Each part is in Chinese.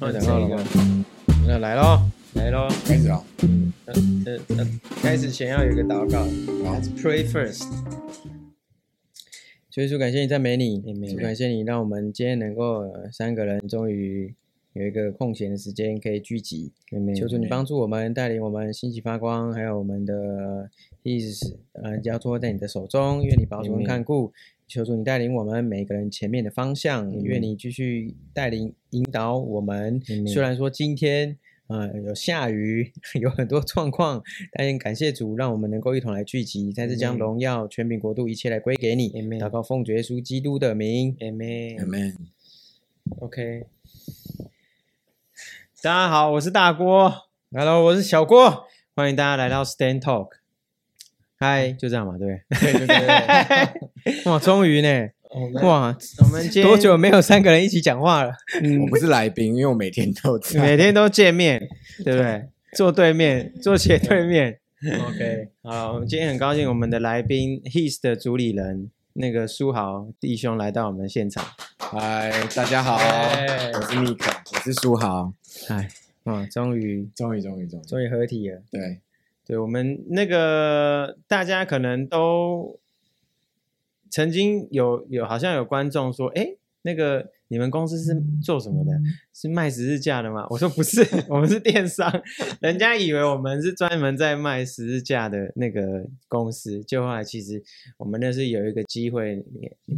了，讲到了吗？那来喽，来喽，开始啊，呃呃呃，开始前要有一个祷告好，Let's pray first。所以说，感谢你，赞美你，主感谢你，让我们今天能够呃三个人终于有一个空闲的时间可以聚集。求主你帮助我们，带领我们兴起发光，还有我们的意识呃交托在你的手中，愿你保守跟看顾。求主你带领我们每个人前面的方向，愿你继续带领引导我们。虽然说今天呃有下雨， 有很多状况，但也感谢主，让我们能够一同来聚集，再次将荣耀、权柄、国度一切来归给你。祷告奉主耶稣基督的名。阿 Amen。门。 OK。大家好，我是大郭，Hello，我是小郭，欢迎大家来到 Stand Talk。嗨，就这样嘛，对不对？对对对，哇，终于呢，我们哇，嗯我们今天多？久没有三个人一起讲话了？我不是来宾，因为我每天都 在。每天都见 面，对不对？坐对面，坐斜对面。OK，好，我 们今天很高兴，我们的来宾 His 的主理人那个书豪弟兄来到我们现场。嗨，大家好，哎我是 Nick，我是书豪，哎，啊，终于终于终于终于，终于合体了。对，对我们那个大家可能都曾经有有好像有观众说，哎，那个你们公司是做什么的？是卖十日假的吗？ 我说不是，我们是电商。人家以为我们是专门在卖十日假的那个公司，就后来其实我们那是有一个机会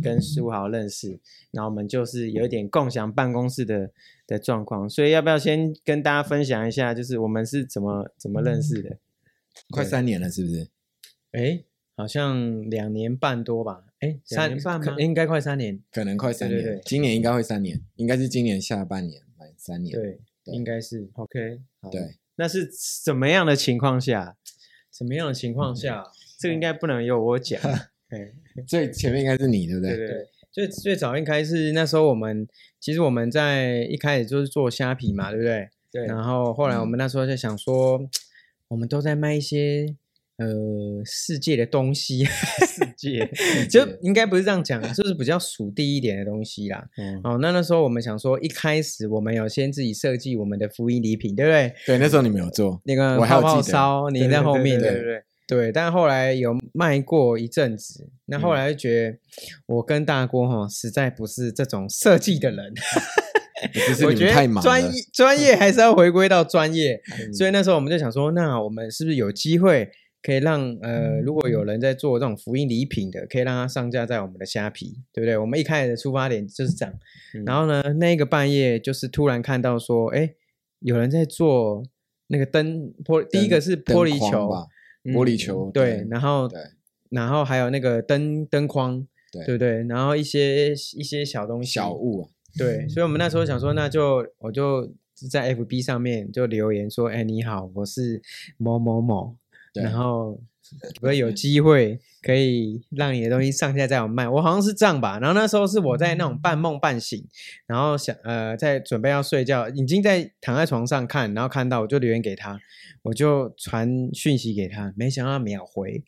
跟书豪认识，然后我们就是有一点共享办公室的的状况。所以要不要先跟大家分享一下，就是我们是怎么怎么认识的？快三年了，是不是？哎，好像两年半多吧？哎，两三年半吗可应该快三年。可能快三对对年对，今年应该会三年，应该是今年下半年满三年。对，对应该是 OK。好，对，那是怎么样的情况下？怎么样的情况下？这个应该不能由我讲。对最前面应该是你，对不对对？对，最最早应该是那时候我们，其实我们在一开始就是做虾皮嘛，对不对？对然后后来我们那时候就想说，我们都在卖一些呃世界的东西，世界就应该不是这样讲，就是比较属地一点的东西啦。嗯哦，那那时候我们想说，一开始我们有先自己设计我们的福音礼品，对不对？对，那时候你没有做，那个我还有泡泡记得烧，你在后面，对对对。对，但后来有卖过一阵子，那嗯后来就觉得我跟大郭哈实在不是这种设计的人，只是 我你觉们太得忙专了。业专业还是要回归到专业，嗯所以那时候我们就想说，那我们是不是有机会可以让呃，如嗯果有人在做这种福音礼品的，可以让它上架在我们的虾皮，对不对？我们一开始的出发点就是这样。嗯然后呢，那个半夜就是突然看到说，哎，有人在做那个灯玻，第一个是灯玻璃框球，吧，嗯玻璃球，对，然后对然后还有那个灯灯框，对对不对？然后一些一些小东西，小物啊，对，所以我们那时候想说，那就我就在 FB 上面就留言说，哎，你好，我是某某某，对然后可不可以有机会可以让你的东西上架在我们卖？我好像是这样吧。然后那时候是我在那种半梦半醒，然后想呃在准备要睡觉，已经在躺在床上看，然后看到我就留言给他，我就传讯息给他，没想到秒回。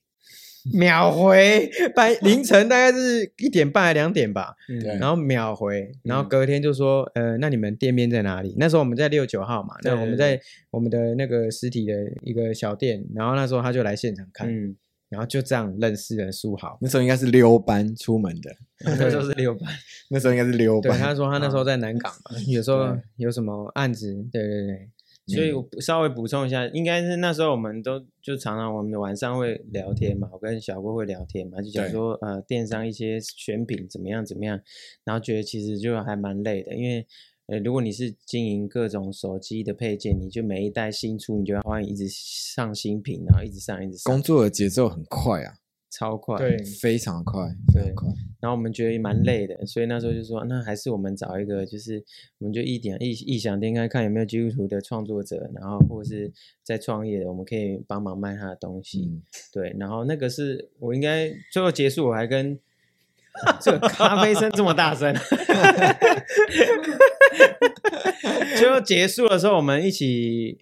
秒回，半凌晨大概是一点半还两点吧，嗯对，然后秒回，然后隔天就说，呃，那你们店面在哪里？那时候我们在六九号嘛，那对我们在我们的那个实体的一个小店，然后那时候他就来现场看，嗯，然后就这样认识了苏豪那时候应该是溜班出门的，那时候是六班，那时候应该是溜对，班。他说他那时候在南港嘛，有时候嗯对有什么案子，对对对，嗯所以我补稍微补充一下，应该是那时候我们都就常常我们晚上会聊天嘛，我跟小郭会聊天嘛，就讲对说呃电商一些选品怎么样怎么样，然后觉得其实就还蛮累的，因为呃如果你是经营各种手机的配件，你就每一代新出，你就要欢迎一直上新品，然后一直上一直上工，作的节奏很快啊，超快，对非常快，非对常快。然后我们觉得蛮累的，所以那时候就说，那还是我们找一个，就是我们就一点异异想天开，看有没有基督徒的创作者，然后或者是在创业的，我们可以帮忙卖他的东西。嗯，对，然后那个是我应该最后结束，我还跟这个咖啡声这么大声，最后结束的时候，我们一起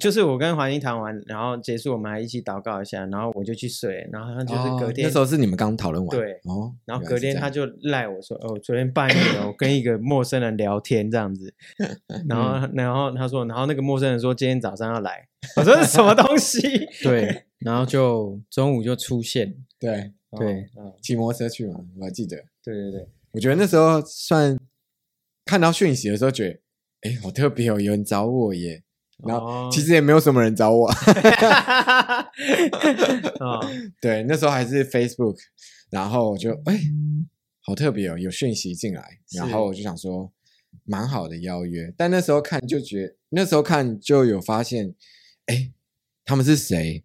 就是我跟华英谈完，然后结束，我们还一起祷告一下，然后我就去睡，然后他就是隔哦天，那时候是你们刚讨论完，对哦，然原后来隔是天这样他就赖我说，哦，昨天半夜我跟一个陌生人聊天这 样子，然嗯后然后他说，然后那个陌生人说今天早上要来，我说是什么东西？ 对，然后就中午就出现，对对哦，嗯骑摩托车去嘛，我还记得，对对对，我觉得那时候算看到讯息的时候，觉得哎，好特别哦，有人找我耶。然哦后其实也没有什么人找我，啊哦，对，那时候还是 Facebook，然后我就哎，好特别哦，有讯息进来，然是后我就想说，蛮好的邀约，但那时候看就觉那时候看就有发现，哎，他们是谁？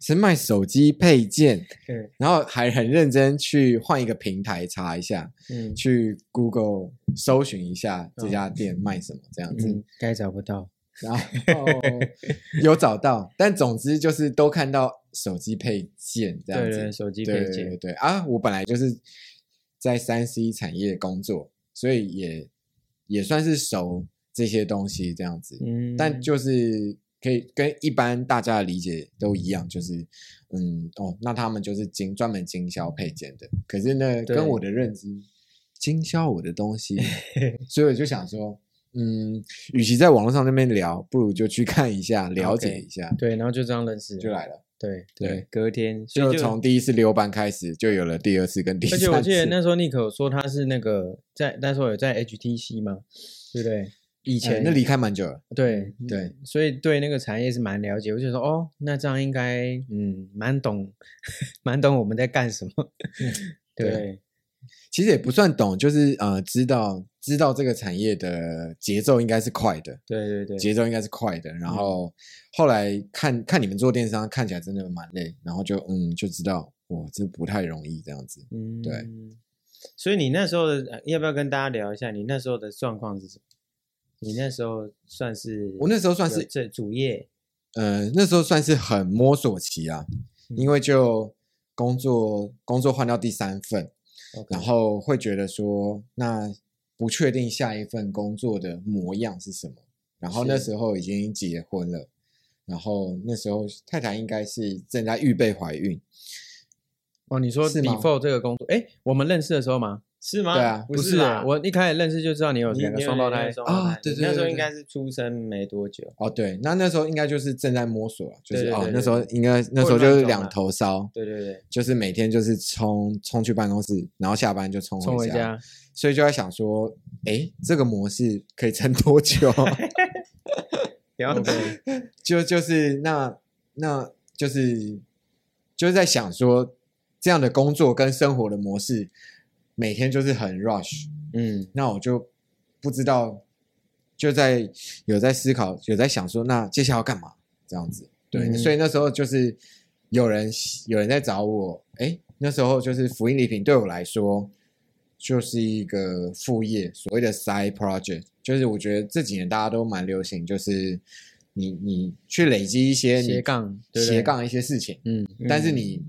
是卖手机配件， 对，然后还很认真去换一个平台查一下， 嗯去 Google 搜寻一下这家店卖什么这样子，嗯，该找不到，然 后有找到，但总之就是都看到手机配件这样对子，对，手机对配对对件，对啊！我本来就是在三 C 产业工作，所以也也算是熟这些东西这样子，嗯，但就是可以跟一般大家的理解都一样，就是嗯哦，那他们就是经专门经销配件的，可是呢，对跟我的认知，经销我的东 西，所以我就想说。嗯，与其在网络上那边聊，不如就去看一下，了解 OK 一下对，然后就这样认识了，就来了。对。对，隔天所以就从第一次溜班开始，就有了第二次跟第而三次。且我记得那时候尼克有说他是那个在那时候有在 HTC 嘛，对不对？以以前、那离开蛮久了，对对，所以对那个产业是蛮了解。我就说哦，那这样应该嗯蛮懂， 蛮懂我们在干什么。嗯对，啊对其实也不算懂，就是呃，知道知道这个产业的节奏应该是快的，对对对，节奏应该是快的。嗯然后后来看看你们做电商，看起来真的蛮累，然后就嗯就知道哇，这不太容易这样子。嗯对。所以你那时候的呃要不要跟大家聊一下？你那时候的状况是什么？你那时候算是我那时候算有是这主业，呃那时候算是很摸索期啊，嗯因为就工作工作换到第三份， OK 然后会觉得说，那不确定下一份工作的模样是什么。然后那是时候已经结婚了，然后那时候太太应该是正在预备怀孕，哦，你说是吗 before 这个工作，哎，我们认识的时候吗？是吗？对啊不是是吧啊，我一开始认识就知道你有你两个你有双胞胎你有，双胞啊胎对你对那时候对应对该是出生没多久，哦，对，那那时候应该就是正在摸索啊，就是对对哦对，那时候对应该那时候混乱就是中两啊头烧，对对对，就是每天就是冲冲去办公室，然后下班就冲冲回家家，所以就在想说，哎，这个模式可以撑多久？ 然哦后就就是那那就是就是在想说，这样的工作跟生活的模式，每天就是很 rush，嗯，那我就不知道，就在有在思考，有在想说，那接下来要干嘛这样子？对，嗯所以那时候就是有人有人在找我，哎，那时候就是福音礼品对我来说就是一个副业，所谓的 side project，就是我觉得这几年大家都蛮流行，就是你你去累积一些你斜杠，对不对斜，杠一些事情，嗯，但是你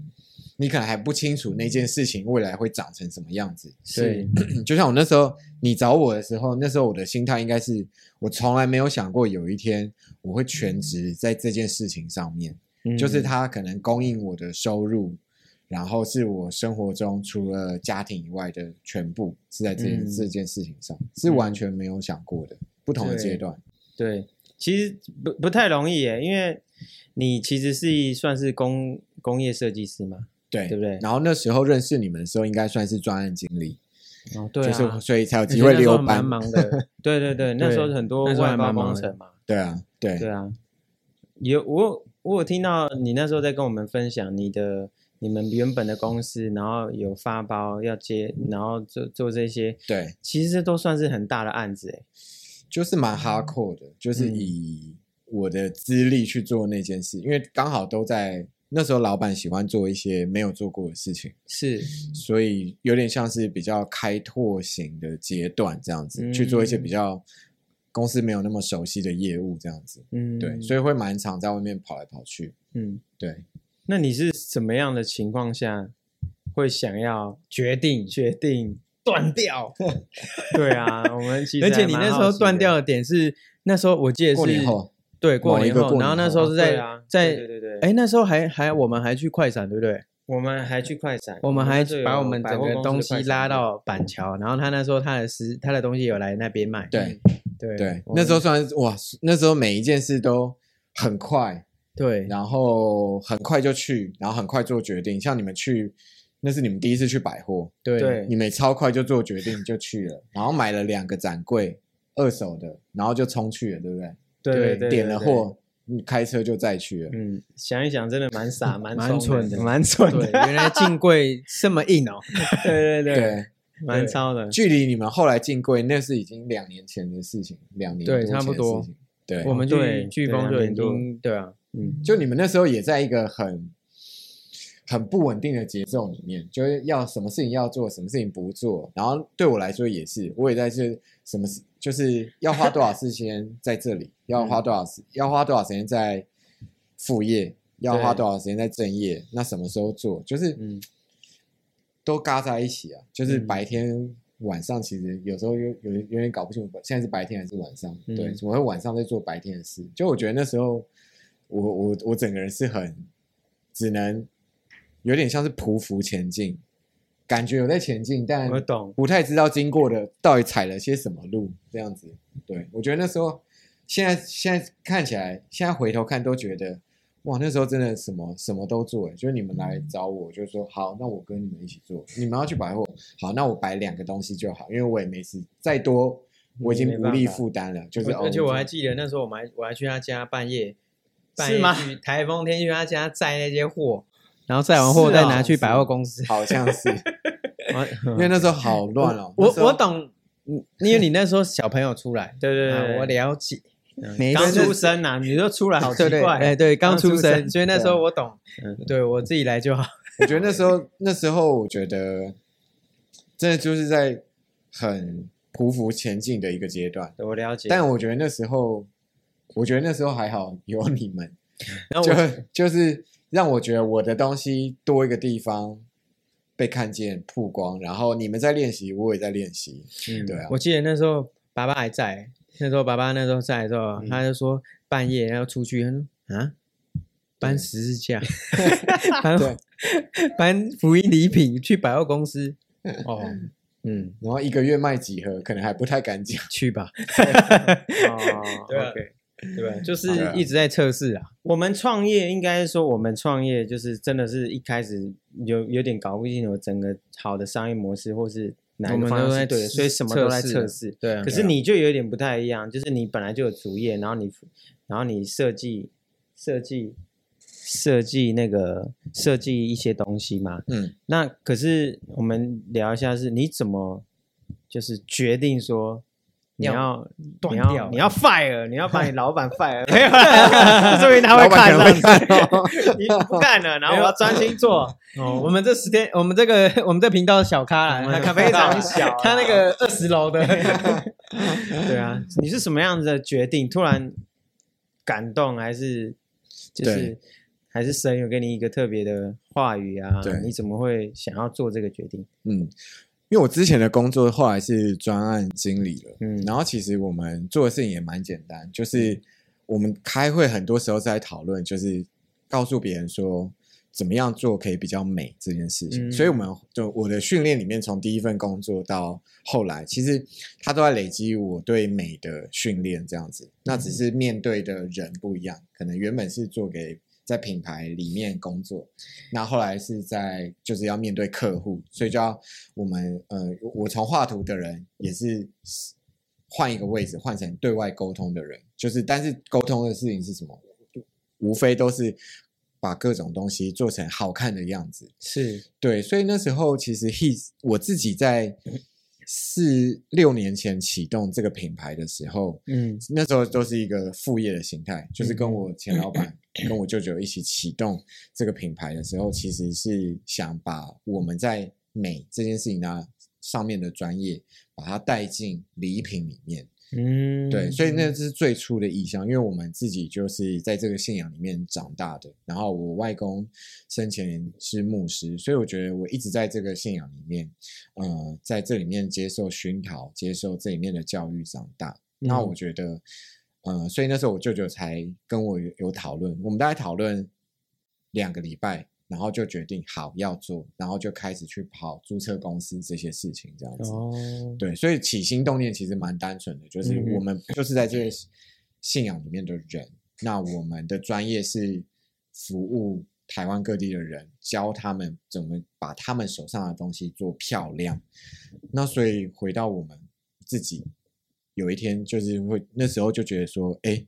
你可能还不清楚那件事情未来会长成什么样子，对是，就像我那时候你找我的时候，那时候我的心态应该是，我从来没有想过有一天我会全职在这件事情上面，嗯嗯就是它可能供应我的收入，然后是我生活中除了家庭以外的全部是在这件、嗯这件事情上，是完全没有想过的。不同的阶段，对，其实不不太容易耶，因为你其实是算是工工业设计师嘛，对对不对然后那时候认识你们的时候，应该算是专案经理，哦，对就是我啊，所以才有而机且会那时候溜蛮班。忙 的， 对对对，那时候对很多那时候还外包蛮忙工的程嘛，对啊，对，对啊，有我有我有听到你那时候在跟我们分享你的你们原本的公司，然后有发包要接，然后做做这些，对其实这都算是很大的案子哎。就是蛮 hardcore 的，就是嗯以我的资历去做那件事，因为刚好都在那时候，老板喜欢做一些没有做过的事情，是，所以有点像是比较开拓型的阶段这样子，嗯去做一些比较公司没有那么熟悉的业务这样子。嗯，对，所以，以会蛮常在外面跑来跑去。嗯，对，那你是什么样的情况下会想要决定，决定断掉？ 对啊，我们其实而且还你蛮那时好候奇断的掉的点是那时候我记得过年是后对，过某一年个后，过然后年那后时候是在对啊在对对对对，哎，那时候还还我们还去快闪，对不对？我们还去快闪，我们还那时候有把我们百整货个公司的东快西闪拉店到板桥，然后他那时候他的食他的东西有来那边卖，对对对，我那们时候算是哇，那时候每一件事都很快，对然后很快就去，然后很快做决定。像你们去，那是你们第一次去百货，对对你们超快就做决定就去了，然后买了两个展柜二手的，然后就冲去了，对不对？对对对对对点了对货，你开车就再去了。嗯，想一想，真的蛮傻，蛮蛮蠢蠢的 蛮蠢对，的，原来进柜这么硬哦，对对对，对，蛮超的。距离你们后来进柜，那是已经两年前的事情，两年对多差不前的多事情。对，我们去对飓对风两就已年多经对啊，嗯，就你们那时候也在一个很很不稳定的节奏里面，就是要什么事情要做，什么事情不做。然后对我来说也是，我也在是什么事，就是要花多少时间在这里，要花多少时，要花多少时间在副业，要花多少时间在正业，那什么时候做，就是嗯都嘎在一起啊。就是嗯白天。晚上其实有时候有有有点搞不清楚，现在是白天还是晚上？嗯对，我会晚上在做白天的事。就我觉得那时候我我我整个人是很只能有点像是匍匐前进，感觉有在前进，但我懂。不太知道经过的到底踩了些什么路，这样子。对我觉得那时候，现在现在看起来，现在回头看都觉得，哇，那时候真的什么什么都做，欸就是你们来找我，就说好，那我跟你们一起做，你们要去百货，好，那我摆两个东西就好，因为我也没事，再多我已经没无办力法负担了，就是而且我还哦记得那时候我们还我还去他家半夜，半是夜吗去台风天去他家载那些货，然后载完货是再哦拿去百是货公司。好像是，哦因为对，那时候好乱哦，我那时候我懂，嗯因为你那时候小朋友出来 对啊对，我了解。嗯没刚事出生啊，你都出来好 对奇对，怪哎啊。对，刚刚出出生，生所以那时候我懂 嗯，对我自己来 就好。我觉得那时候那时候，我觉得真的就是在很匍匐前进的一个阶段。我了解。但我觉得那时候，我觉得那时候还好有你 们，然后就我就是让我觉得我的东西多一个地方被看见、曝光。然后你们在练习，我也在练习。嗯对啊，我记得那时候爸爸还在，那时候爸爸那时候在的时嗯候，他就说半夜要出去，他说啊，搬十字 架，搬对搬福音礼品去百货公 司，哦，嗯，然后一个月卖几盒，可能还不太敢讲。去吧，对啊哦 OK 对吧？就是对啊一直在测试啊，我们创业应该说，我们创业就是真的是一开始有有点搞不清楚整个好的商业模式，或是哪我一们个方向都在是对的，测所以什么都在测试测试。对啊可是你就有点不太一样，就是你本来就有主业，然后你然后你设计设计设计那个设计一些东西嘛。嗯，那可是我们聊一下，是你怎么就是决定说你要要断你掉要你要 fire，你要把你老板 fire，没有 啦，说明他会老板看可上能会你看哦 你不干了，然后我要专心 做。哦，我们这十天，我们这个我们这频道小咖啦，我们他非常小啊他那个二十楼 的，对啊，你是什么样子的决定？突然感动，还是就是对还是神有给你一个特别的话语啊对？你怎么会想要做这个决定？嗯，因为我之前的工作后来是专案经理了，嗯然后其实我们做的事情也蛮简单，就是我们开会很多时候是在讨论，就是告诉别人说怎么样做可以比较美这件事情。嗯所以我们就我的训练里面，从第一份工作到后来，其实它都在累积我对美的训练这样子。那嗯只是面对的人不一样，可能原本是做给。在品牌里面工作，那后来是在就是要面对客户，所以就要我们呃，我从画图的人也是换一个位置，换成对外沟通的人，就是但是沟通的事情是什么？无非都是把各种东西做成好看的样子。是对，所以那时候其实 His 我自己在四六年前启动这个品牌的时候，嗯那时候都是一个副业的形态，就是跟我前老嗯板、跟我舅舅一起启动这个品牌的时候，其实是想把我们在美这件事情呢上面的专业，把它带进礼品里面。嗯，对，所以那是最初的意向，因为我们自己就是在这个信仰里面长大的。然后我外公生前是牧师，所以我觉得我一直在这个信仰里面，呃，在这里面接受熏陶，接受这里面的教育长大。那嗯我觉得，呃，所以那时候我舅舅才跟我有有讨论，我们大概讨论两个礼拜，然后就决定好要做，然后就开始去跑注册公司这些事情，这样子。哦，对，所以起心动念其实蛮单纯的，就是嗯哼我们就是在这个信仰里面的人，那我们的专业是服务台湾各地的人，教他们怎么把他们手上的东西做漂亮。那所以回到我们自己，有一天就是会那时候就觉得说，哎，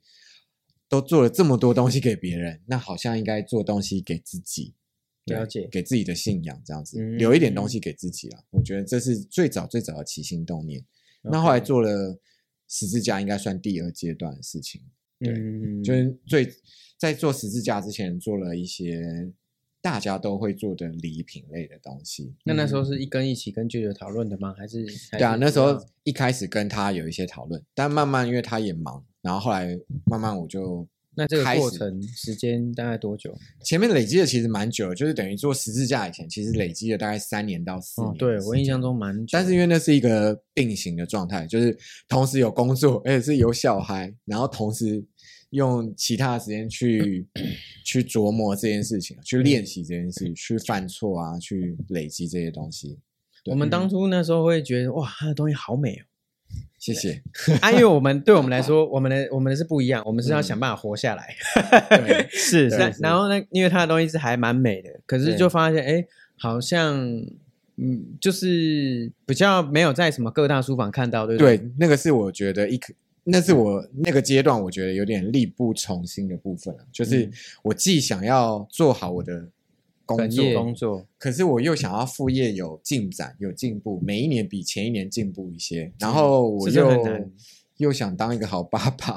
都做了这么多东西给别人，那好像应该做东西给自己。对了解给自己的信仰这样子，嗯留一点东西给自己啊。我觉得这是最早最早的起心动念。那后来做了十字架，应该算第二阶段的事情，对嗯就是最在做十字架之前做了一些大家都会做的礼品类的东西。那那时候是一跟一起跟舅舅讨论的吗？还是对啊，那时候候一开始跟他有一些讨论，但慢慢因为他也忙，然后后来慢慢我就那这个开过始程时间大概多久？前面累积的其实蛮久的，就是等于做十字架以前，其实累积了大概三年到四年哦的，时间、对我印象中蛮久，但是因为那是一个并行的状态，就是同时有工作，而且是有小孩，然后同时用其他的时间 去去琢磨这件事情，啊去嗯练习这件事情，去犯错啊，去累积这些东西。对嗯我们当初那时候会觉得哇，他的东西好美哦。谢 谢。啊，因为我们对我们来说，我们的我们的是不一样，我们是要想办法活下来。对嗯 是对但是然后呢，因为他的东西是还蛮美的，可是对就发现哎，好像嗯，就是比较没有在什么各大书房看到，对不对？对，那个是我觉得一可，那嗯是我那个阶段我觉得有点力不从心的部分啊就是嗯我既想要做好我的工本作业，工作，可是我又想要副业有进展、有进步，每一年比前一年进步一些，然后我这真又的很难又想当一个好爸爸。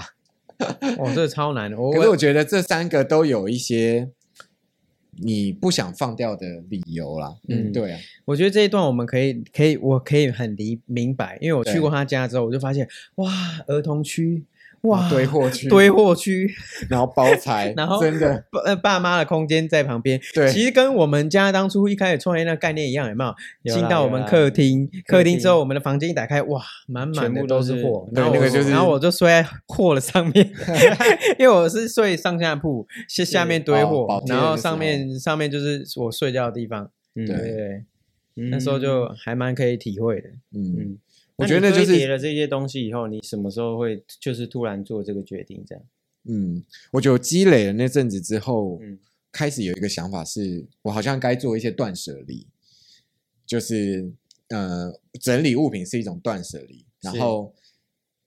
哦，这个超 难的。我可是我觉得这三个都有一些你不想放掉的理由啦。嗯嗯，对啊，我觉得这一段我们可以可以我可以很理明白，因为我去对过他家之后，我就发现哇，儿童区，哇，堆货区，哦堆，货区，然后包材， 然后真的爸呃爸妈的空间在旁边，对，其实跟我们家当初一开始创哎业那概念一样，有没有？有啦进到我们有啦客厅，客客厅之后，厅我们的房间一打开，哇，满满全的部都都是是货。对然后那我个就是然后我就睡在货的上面，因为我是睡上下铺，下下面堆货哦保，洁的然后时上候面上面就是我睡觉的地方。嗯对对对对，那时候就还蛮可以体会的。嗯嗯，我觉得那就你堆叠是了这些东西以后，你什么时候会就是突然做这个决定？这样，嗯，我就积累了那阵子之后，嗯开始有一个想法是，我好像该做一些断舍离，就是呃，整理物品是一种断舍离，然后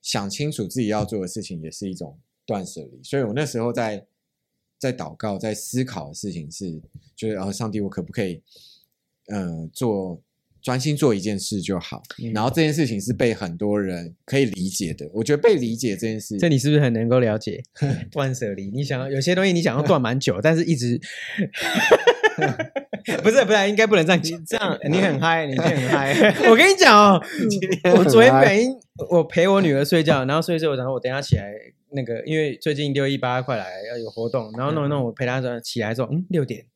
想清楚自己要做的事情也是一种断舍离。所以我那时候在在祷告，在思考的事情是，就是呃，上帝，我可不可以呃做专心做一件事就好？然后这件事情是被很多人可以理解的，我觉得被理解这件事，这你是不是很能够了解 嗯 断舍离？你想要有些东西你想要断蛮久，但是一直 不是不是，应该不能这样讲。这样你很嗨，你很嗨。 我跟你讲 哦，天我昨天很嗨本应我陪我女儿睡觉，然后睡一睡，我想说我等一下起来那个，因为最近六一八快来要有活动，然后弄一弄，嗯我陪她说起来说嗯六点，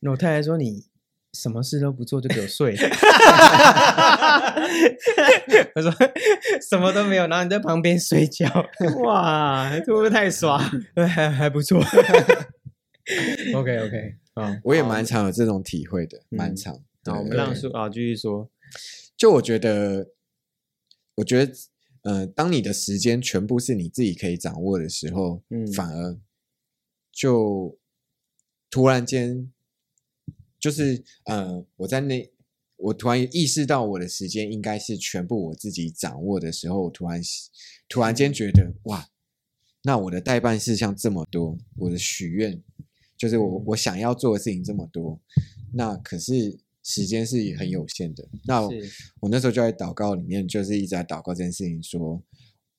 那我太太说你什么事都不做就给我 睡，我说什么都没有，然后你在旁边睡觉，哇，会不会太 爽？还还不错，OK OK，好，我也蛮常有这种体会的，蛮常。对好，哦嗯我们对让苏啊继续说。就我觉得，我觉得，呃，当你的时间全部是你自己可以掌握的时候，嗯反而就突然间，就是呃，我在那，我突然意识到我的时间应该是全部我自己掌握的时候，我突然突然嗯间觉得，哇，那我的代办事项这么多，我的许愿就是嗯我我想要做的事情这么多，那可是时间是很有限的。那我是我那时候就在祷告里面，就是一直在祷告这件事情说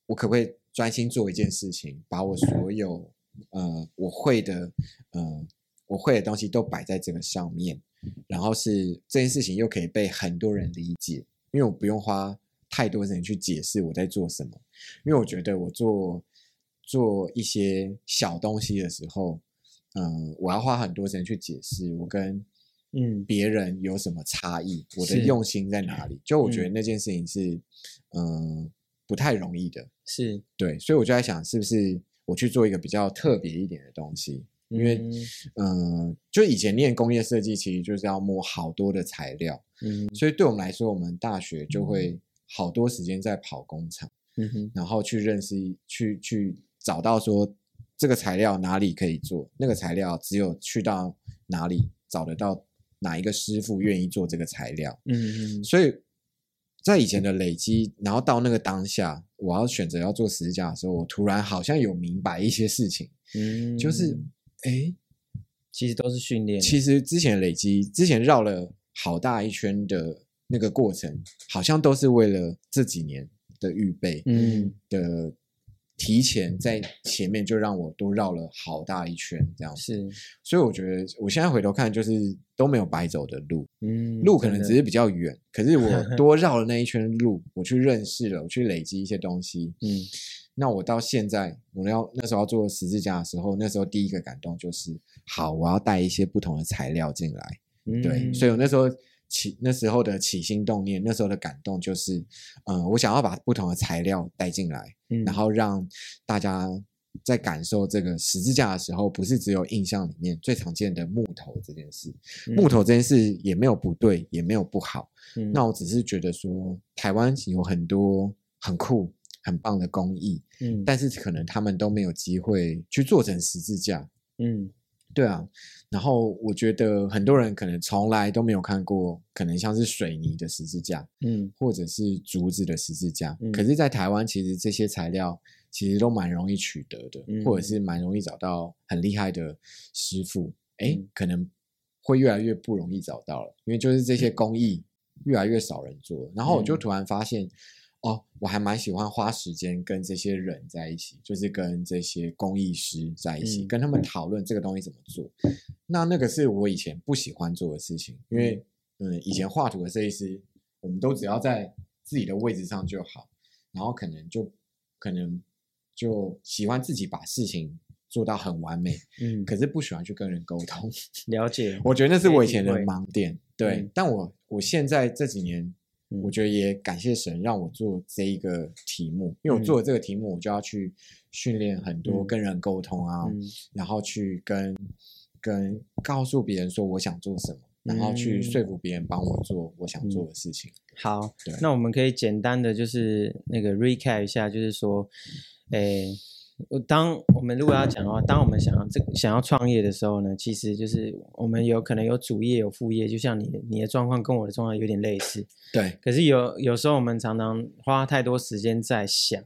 我可不可以专心做一件事情，把我所有呃我会的呃我会的东西都摆在这个上面，然后是这件事情又可以被很多人理解，因为我不用花太多时间去解释我在做什么，因为我觉得我做做一些小东西的时候，嗯、我要花很多时间去解释我跟嗯别人有什么差异，我的是用心在哪里。就我觉得嗯那件事情是，嗯、不太容易的。是，对，所以我就在想，是不是我去做一个比较特别一点的东西？因为，嗯、呃，就以前念工业设计，其实就是要摸好多的材料，嗯所以对我们来说，我们大学就会好多时间在跑工厂，嗯哼，然后去认识、去去找到说这个材料哪里可以做，那个材料只有去到哪里找得到哪一个师傅愿意做这个材料，嗯哼，所以在以前的累积，然后到那个当下，我要选择要做十字架的时候，我突然好像有明白一些事情，嗯就是哎、诶其实都是训练，其实之前累积，之前绕了好大一圈的那个过程，好像都是为了这几年的预备嗯，的提前在前面就让我多绕了好大一圈这样子，是，所以我觉得我现在回头看，就是都没有白走的路。嗯，路可能真只的是比较远，可是 我多绕了那一圈路，我去认识了，我去累积一些东西。嗯，那我到现在，我要那时候要做十字架的时候，那时候第一个感动就是，好，我要带一些不同的材料进来。嗯对，所以我那时候起那时候的起心动念，那时候的感动就是，嗯、我想要把不同的材料带进来，以然后让大家。在感受这个十字架的时候，不是只有印象里面最常见的木头这件事，木头这件事也没有不对，也没有不好。那我只是觉得说，台湾有很多很酷、很棒的工艺，嗯但是可能他们都没有机会去做成十字架。嗯对啊，然后我觉得很多人可能从来都没有看过，可能像是水泥的十字架，嗯或者是竹子的十字架。嗯可是，在台湾，其实这些材料其实都蛮容易取得的，嗯或者是蛮容易找到很厉害的师傅。哎、嗯可能会越来越不容易找到了，因为就是这些工艺越来越少人做。然后我就嗯突然发现，哦，我还蛮喜欢花时间跟这些人在一起，就是跟这些工艺师在一起，嗯跟他们讨论这个东西怎么做。那那个是我以前不喜欢做的事情，因为嗯，以前画图的设计师，我们都只要在自己的位置上就好，然后可能就可能就喜欢自己把事情做到很完美，嗯，可是不喜欢去跟人沟通。了解，我觉得那是可以我以体前的会盲点，对。嗯但我我现在这几年，嗯我觉得也感谢神让我做这一个题目，因为我做了这个题目，我就要去训练很多嗯跟人沟通啊，嗯然后去跟跟告诉别人说我想做什么，然后去嗯说服别人帮我做我想做的事情。好对，那我们可以简单的就是那个 recap 一下，就是说，诶、我当我们如果要讲的话，当我们想要这想要创业的时候呢，其实就是我们有可能有主业有副业，就像你的你的状况跟我的状况有点类似。对可是有有时候我们常常花太多时间在想，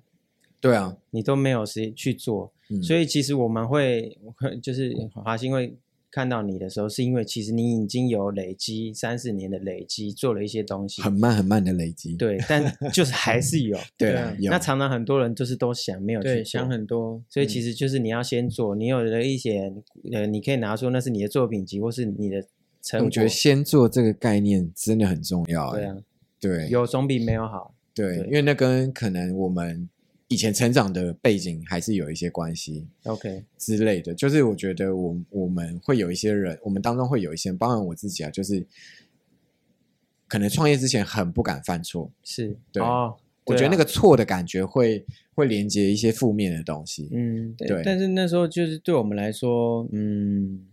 对啊，你都没有时间去做，嗯所以其实我们会会就是华兴会看到你的时候，是因为其实你已经有累积三四年的累积，做了一些东西，很慢很慢的累积。对，但就是还是 有。对对啊啊，有那常常很多人就是都想没有去对，做想，很多，所以嗯其实就是你要先做，你有了一些呃，你可以拿出那是你的作品集或是你的成我果，觉得先做这个概念真的很重要、对欸啊，对，有总比没有好。对，对因为那跟可能我们以前成长的背景还是有一些关系 OK，之类的。就是我觉得我我们会有一些人，我们当中会有一些人，包含我自己啊，就是可能创业之前很不敢犯错，是，对哦，我对觉得那啊个错的感觉会会连接一些负面的东西。嗯，对，对但是那时候就是对我们来说，嗯，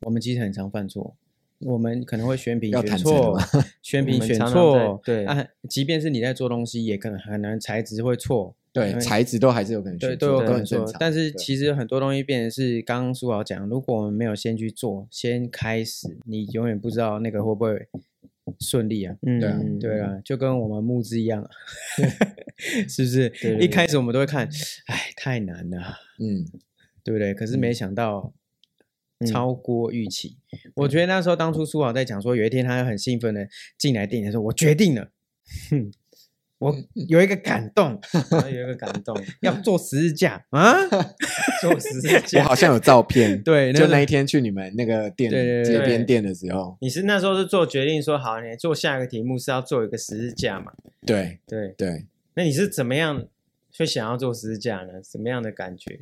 我们其实很常犯错，我们可能会选品要选坦诚了错吗， 选品我们选常常错，在对啊，即便是你在做东西，也可能很难材质会错，对，嗯材质都还是有可能对，选都错，有都可能很正错常。。但是对其实很多东西变成是刚刚苏豪讲，如果我们没有先去做，先开始，你永远不知道那个会不会顺利啊。嗯，对啊嗯对，啊，就跟我们募资一样、啊， 是不是？对对一开始我们都会看，哎，太难了。嗯，对不对？可是没想到嗯超过预期。我觉得那时候当初苏豪在讲说，有一天他很兴奋的进来店里说：“我决定了，哼，我有一个感 动，然后嗯啊有一个感动，要做十字 架啊！，做实事我情。好像有照片 对，就个那一天去你们那个店对对对街对边店的时候，你是那时候是做决定说好，你做下一个题目是要做一个十字架嘛？对对，对，那你是怎么样会想要做十字架呢？什么样的感觉、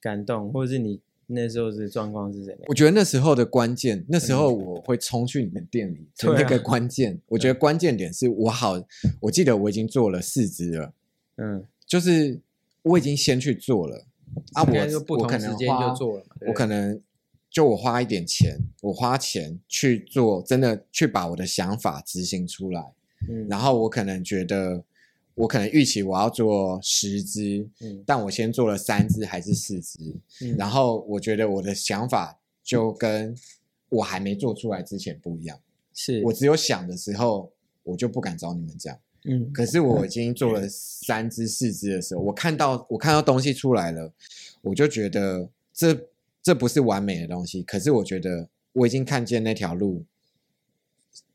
感动，或者是你那时候是状况是怎么样？我觉得那时候的关键，那嗯时候我会冲去你们店里，对啊那个关键，我觉得关键点是我好，我记得我已经做了四支了，嗯，就是我已经先去做了啊，应该我就不我同可时能间花就做了嘛，对我可能就我花一点钱，我花钱去做，真的去把我的想法执行出来。嗯然后我可能觉得，我可能预期我要做十支，嗯但我先做了三支还是四支，嗯然后我觉得我的想法就跟我还没做出来之前不一样。是我只有想的时候，我就不敢找你们讲。嗯可是我已经做了三支四支的时候，我看到我看到东西出来了，我就觉得这这不是完美的东西。可是我觉得我已经看见那条路，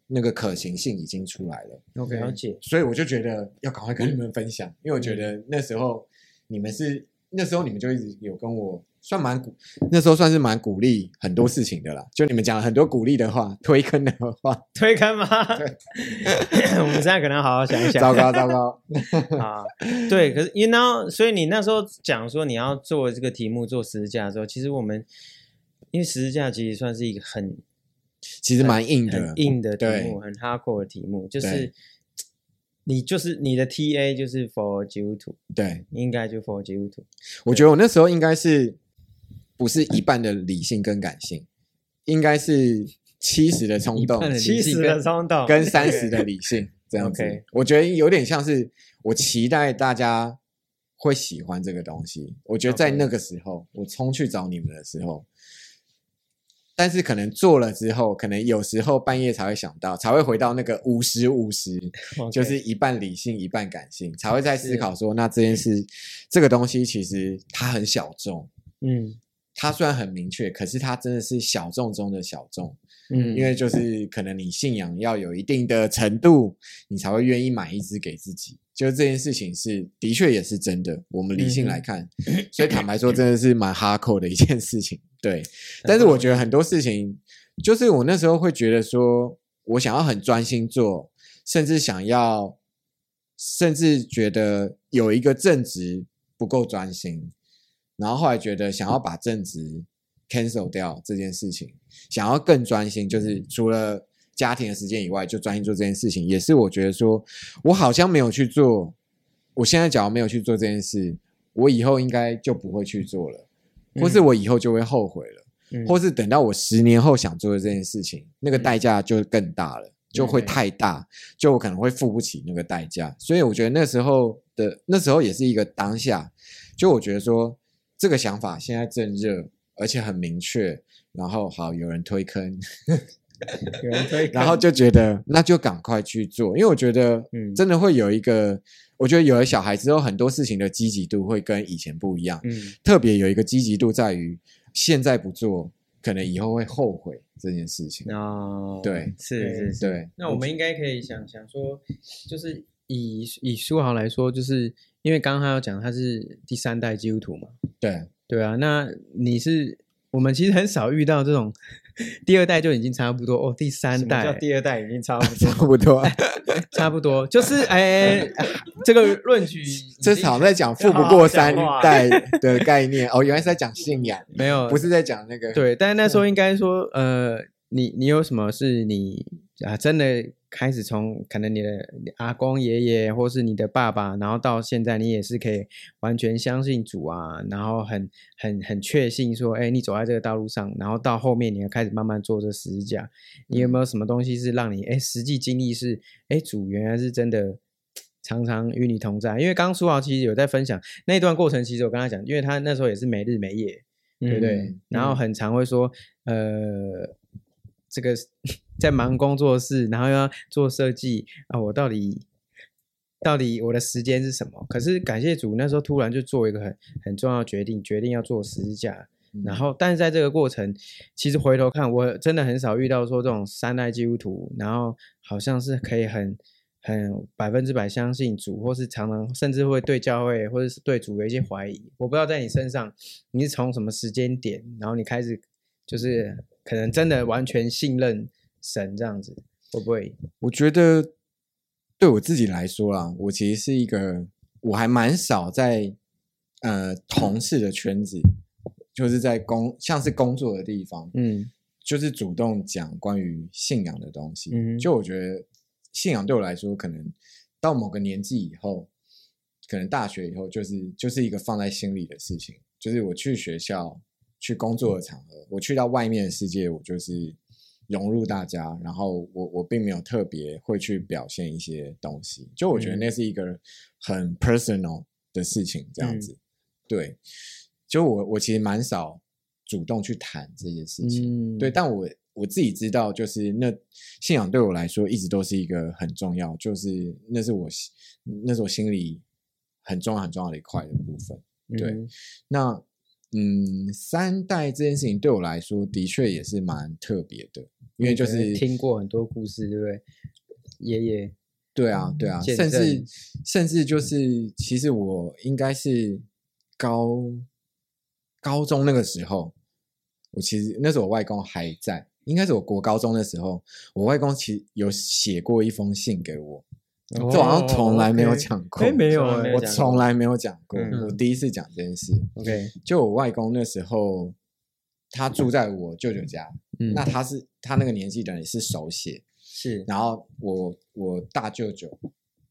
那个可行性已经出来了， OK 了解，所以我就觉得要赶快跟你们分享，因为我觉得那时候你们是那时候你们就一直有跟我。算蛮鼓，那时候算是蛮鼓励很多事情的啦。就你们讲了很多鼓励的话、推坑的话，推开吗？ 我们现在可能好好想一想。糟糕糟 糕，啊，对，可是因为那所以你那时候讲说你要做这个题目做十字架的时候，其实我们因为十字架其实算是一个很其实蛮硬的很，硬的题对目，很 hardcore 的题目，就对是你就是你的 TA 就是 for 基督徒，对，应该就 for 基督徒，我觉得我那时候应该是不是一半的理性跟感性，应该是七十的冲动一半的理性七十的冲动跟三十的理 性这样子。 OK 我觉得有点像是我期待大家会喜欢这个东西。我觉得在 OK 那个时候我冲去找你们的时候。但是可能做了之后，可能有时候半夜才会想到，才会回到那个五十五十， OK 就是一半理性一半感性，才会在思考说，那这件事，这个东西其实它很小众，嗯它虽然很明确，可是它真的是小众中的小众，嗯，因为就是可能你信仰要有一定的程度，你才会愿意买一支给自己。就是这件事情是的确也是真的，我们理嗯性来看，所以坦白说，真的是蛮哈扣的一件事情。对，但是我觉得很多事情，就是我那时候会觉得说，我想要很专心做，甚至想要，甚至觉得有一个正职不够专心，然后后来觉得想要把正职 cancel 掉这件事情，想要更专心，就是除了家庭的时间以外，就专心做这件事情，也是我觉得说，我好像没有去做，我现在假如没有去做这件事，我以后应该就不会去做了，或是我以后就会后悔了，嗯或是等到我十年后想做的这件事情，那个代价就更大了。就会太大，就我可能会付不起那个代价，所以我觉得那时候的那时候也是一个当下，就我觉得说这个想法现在正热，而且很明确，然后好有人推坑，有人推然后就觉得那就赶快去做，因为我觉得，嗯嗯，真的会有一个，我觉得有了小孩之后，很多事情的积极度会跟以前不一样，嗯特别有一个积极度在于现在不做，可能以后会后悔这件事情。哦对是是是， 对，那我们应该可以想想说，就是以以书豪来说，就是因为刚刚他有讲他是第三代基督徒嘛，对。对啊，那你是我们其实很少遇到这种第二代就已经差不多哦，第三什么叫代第二代已经差不多差不多，差不多就是哎、 这个论据这少场在讲富不过三代的概念哦，原来是在讲信仰，没有呃不是在讲那个。对，但是那时候应该说，呃，你你有什么是你啊，真的开始从可能你的阿公、爷爷，或是你的爸爸，然后到现在，你也是可以完全相信主啊，然后很很很确信说，哎，你走在这个道路上，然后到后面你要开始慢慢做这十字架，你有没有什么东西是让你哎实际经历是，哎，主原来是真的。常常与你同在，因为刚刚苏豪其实有在分享那一段过程，其实我跟他讲，因为他那时候也是没日没夜，对不对嗯？然后很常会说，呃，这个在忙工作室，然后又要做设计啊，我到底到底我的时间是什么？可是感谢主，那时候突然就做一个很很重要的决定，决定要做十字架。嗯然后，但是在这个过程，其实回头看，我真的很少遇到说这种三代基督徒，然后好像是可以很很百分之百相信主，或是常常甚至会对教会或者是对主有一些怀疑。我不知道在你身上，你是从什么时间点，然后你开始就是可能真的完全信任神这样子，会不会？我觉得对我自己来说啦，我其实是一个我还蛮少在呃同事的圈子，就是在工像是工作的地方，嗯就是主动讲关于信仰的东西。嗯哼就我觉得信仰对我来说，可能到某个年纪以后，可能大学以后就是就是一个放在心里的事情，就是我去学校、去工作的场合，我去到外面的世界，我就是融入大家，然后我我并没有特别会去表现一些东西，就我觉得那是一个很 personal 的事情，这样子，对，就我我其实蛮少主动去谈这些事情，嗯，对，，但我我自己知道，就是那信仰对我来说一直都是一个很重要，就是那是我心那是我心里很重要很重要的一块的部分。对，那嗯，三代这件事情对我来说的确也是蛮特别的，因为就可能嗯是听过很多故事，对不对？爷爷，对啊对啊，嗯见甚至证嗯甚至就是其实我应该是高高中那个时候，我其实那时候我外公还在，应该是我国高中的时候，我外公其实有写过一封信给我，哦这我好像从来没有讲过，哎，没有从来没哎有我讲从过来没有讲过，嗯我第一次讲这件事。 ，OK，就我外公那时候，他住在我舅舅家，嗯，那他是他那个年纪的人是手写，是然后我我大舅舅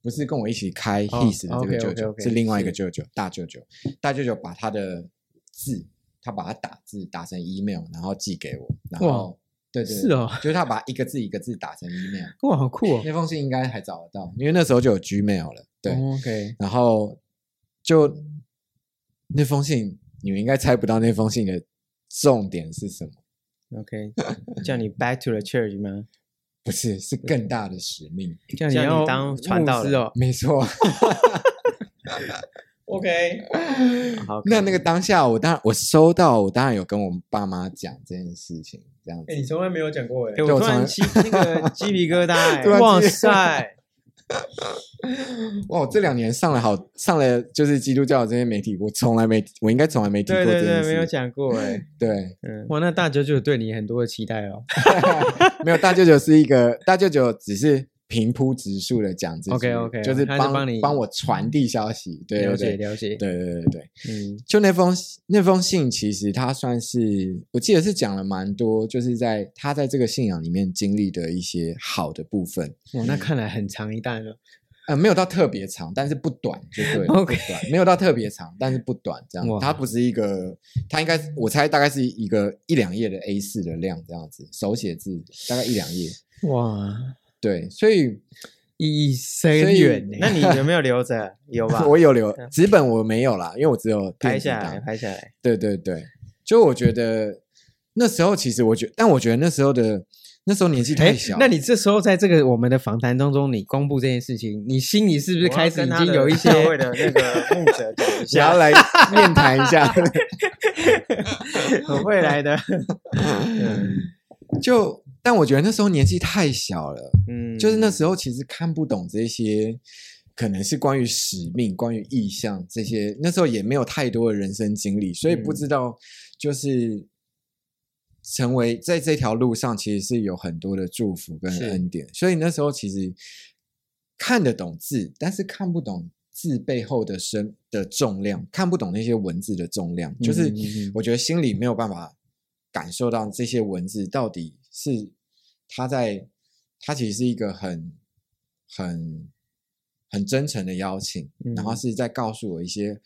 不是跟我一起开哦 his 的这个舅舅， OK，OK，OK，是另外一个是舅舅，大舅舅，大舅舅把他的字，他把它打字打成 email，然后寄给我，然哇后对对，是对，哦，就是他把一个字一个字打成 email，哇，好酷 哦那封信应该还找得到，因为那时候就有 Gmail 了，对，哦，OK，然后就那封信，你们应该猜不到那封信的重点是什么？ OK，叫 你 back to the church 吗？不是，是更大的使命。这样这样你要当牧传道师人哦没错， ，OK，好，那那个当下，我当然我收到，我当然有跟我爸妈讲这件事情，这样子。哎，你从来没有讲过哎哎，，我我突从然鸡那个鸡皮 疙瘩哎，突然鸡哇塞，哇，我这两年上了好上了就是基督教的这些媒体，我从来没，我应该从来没提过对这对件对，事。没有讲过哎，对，嗯，哇，那大舅舅对你很多的期待哦没有大舅舅是一个大舅舅，只是平铺直述的讲这些 OK，OK，就是他是帮帮你帮我传递消息，对了对解对，了解，对对对对，嗯就那封那封信，其实他算是我记得是讲了蛮多，就是在他在这个信仰里面经历的一些好的部分，哇，那看来很长一段了，呃，没有到特别长，但是不短就对了 OK 不短，没有到特别长，但是不短这样哇，它不是一个，它应该是我猜大概是一个一两页的 A 四的量这样子，手写字大概一两页，哇，对，所以意义所深以远呢。那你有没有留着？有吧？ 嗯我有留纸本我没有啦，因为我只有拍电子下档来，拍下来，对对对，就我觉得那时候其实我觉，但我觉得那时候的那时候年纪太哎小，，那你这时候在这个我们的访谈当中，你公布这件事情，你心里是不是我要开始跟已他经的有一些教会的那个牧者讲 一想要下，来面谈一下， 我未来的， 嗯就但我觉得那时候年纪太小了，嗯，就是那时候其实看不懂这些。可能是关于使命、关于意向这些，那时候也没有太多的人生经历，所以不嗯知道就是成为在这条路上，其实是有很多的祝福跟是恩典。所以那时候其实看得懂字，但是看不懂字背后的深的重量，看不懂那些文字的重量，就是嗯嗯嗯我觉得心里没有办法感受到这些文字到底是它在，它其实是一个很很很真诚的邀请，然嗯后是在告诉我一些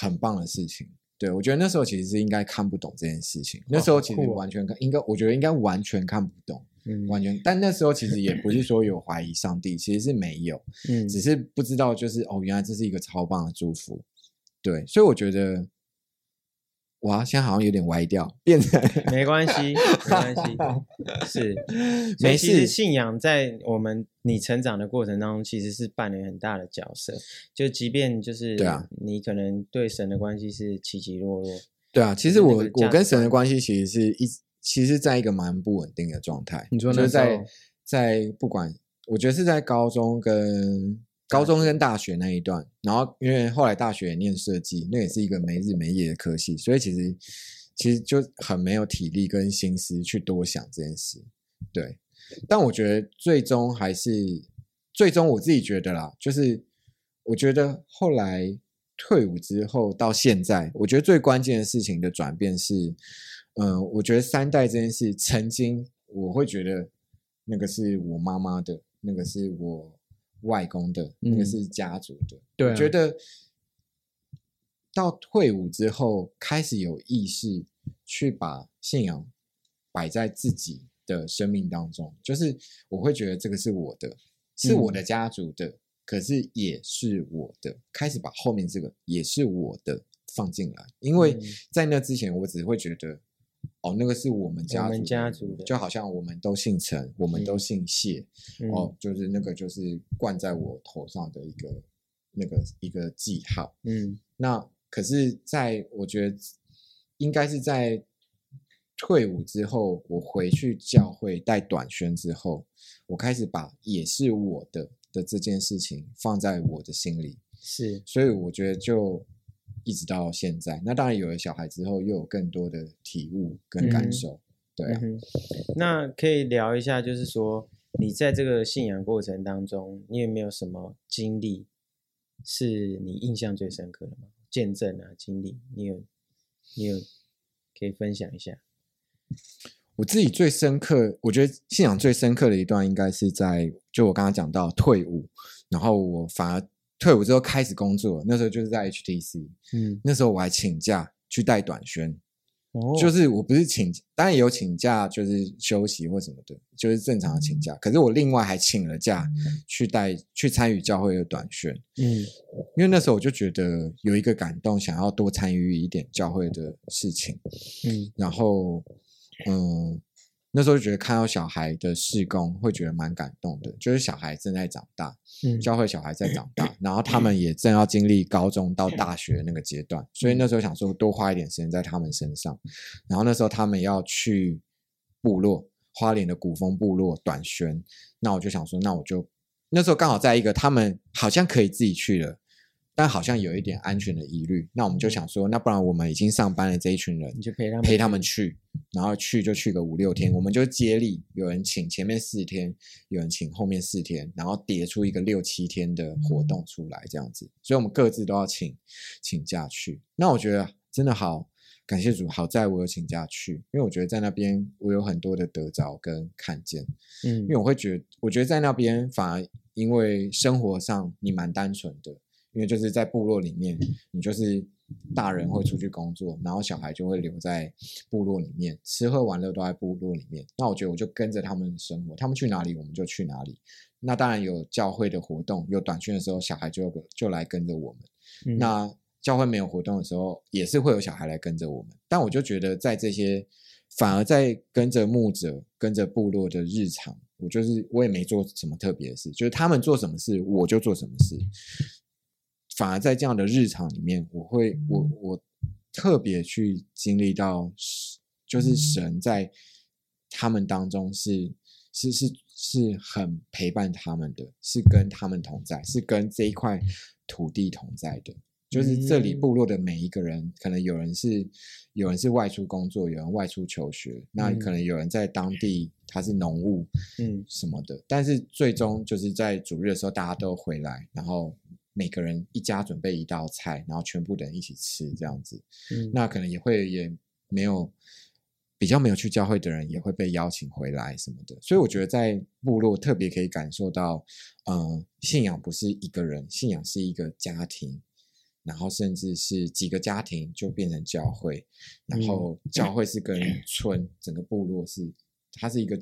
很棒的事情。对，我觉得那时候其实是应该看不懂这件事情，那时候其实好酷哦完全看，应该我觉得应该完全看不懂，嗯完全。但那时候其实也不是说有怀疑上帝，其实是没有，嗯只是不知道就是哦，原来这是一个超棒的祝福。对，所以我觉得，哇，现在好像有点歪掉，变成，没关系，没关系，是 所以没其实事信仰在我们你成长的过程当中，其实是扮演很大的角色。就即便就是对啊你可能对神的关系是起起落落，对啊。其实那我个价我值跟神的关观系其实是一直，其实在一个蛮不稳定的状态。你说就那是时候在在不管，我觉得是在高中跟高中跟大学那一段，然后因为后来大学也念设计，那也是一个没日没夜的科系，所以其实其实就很没有体力跟心思去多想这件事。对，但我觉得最终还是最终我自己觉得啦，就是我觉得后来退伍之后到现在，我觉得最关键的事情的转变是，嗯、我觉得三代这件事，曾经我会觉得那个是我妈妈的，那个是我外公的，那个嗯是家族的，对啊我觉得到退伍之后开始有意识去把信仰摆在自己的生命当中，就是我会觉得这个是我的，是我的嗯家族的，可是也是我的，开始把后面这个也是我的放进来，因为嗯在那之前我只会觉得。哦，那个是我们家我们族家族的就好像我们都姓陈，我们都姓谢，嗯哦，就是那个就是灌在我头上的一个那个一个记号。嗯那可是在我觉得应该是在退伍之后，我回去教会带短宣之后，我开始把也是我的的这件事情放在我的心里，是所以我觉得就。一直到现在，那当然有了小孩之后，又有更多的体悟跟嗯感受，对啊，嗯哼，那可以聊一下，就是说你在这个信仰过程当中，你有没有什么经历是你印象最深刻的吗？见证啊，经历，你有，你有，可以分享一下。我自己最深刻，我觉得信仰最深刻的一段，应该是在就我刚刚讲到退伍，然后我反而退伍之后开始工作，那时候就是在 HTC，嗯，那时候我还请假去带短宣，哦就是我不是请，当然也有请假，就是休息或什么的，就是正常的请嗯假。可是我另外还请了假去带去参与教会的短宣，嗯因为那时候我就觉得有一个感动，想要多参与一点教会的事情。嗯然后，嗯，那时候就觉得看到小孩的事工，会觉得蛮感动的，就是小孩正在长大，嗯教会小孩在长大，然后他们也正要经历高中到大学那个阶段，所以那时候想说多花一点时间在他们身上。然后那时候他们要去部落，花莲的古风部落短宣，那我就想说，那我就那时候刚好在一个他们好像可以自己去了。但好像有一点安全的疑虑，那我们就想说，那不然我们已经上班的这一群人，你就陪他们陪他们去，然后去就去个五六天，我们就接力，有人请前面四天，有人请后面四天，然后叠出一个六七天的活动出来，这样子，所以我们各自都要请请假去。那我觉得真的好，感谢主，好在我有请假去，因为我觉得在那边我有很多的得着跟看见，嗯因为我会觉得，我觉得在那边反而因为生活上你蛮单纯的，因为就是在部落里面，你就是大人会出去工作，然后小孩就会留在部落里面，吃喝玩乐都在部落里面。那我觉得我就跟着他们的生活，他们去哪里我们就去哪里。那当然有教会的活动，有短宣的时候，小孩就就来跟着我们。嗯那教会没有活动的时候，也是会有小孩来跟着我们。但我就觉得，在这些反而在跟着牧者、跟着部落的日常，我就是我也没做什么特别的事，就是他们做什么事，我就做什么事。反而在这样的日常里面，我会我我特别去经历到，就是神在他们当中是是是是很陪伴他们的，是跟他们同在，是跟这一块土地同在的。就是这里嗯部落的每一个人，可能有人是有人是外出工作，有人外出求学，那嗯可能有人在当地他是农务，嗯什么的。但是最终就是在主日的时候，大家都回来，然后每个人一家准备一道菜，然后全部的人一起吃这样子。嗯那可能也会也没有比较没有去教会的人也会被邀请回来什么的。所以我觉得在部落特别可以感受到，呃，信仰不是一个人，信仰是一个家庭。然后甚至是几个家庭就变成教会，然嗯后教会是跟村整个部落是，它是一个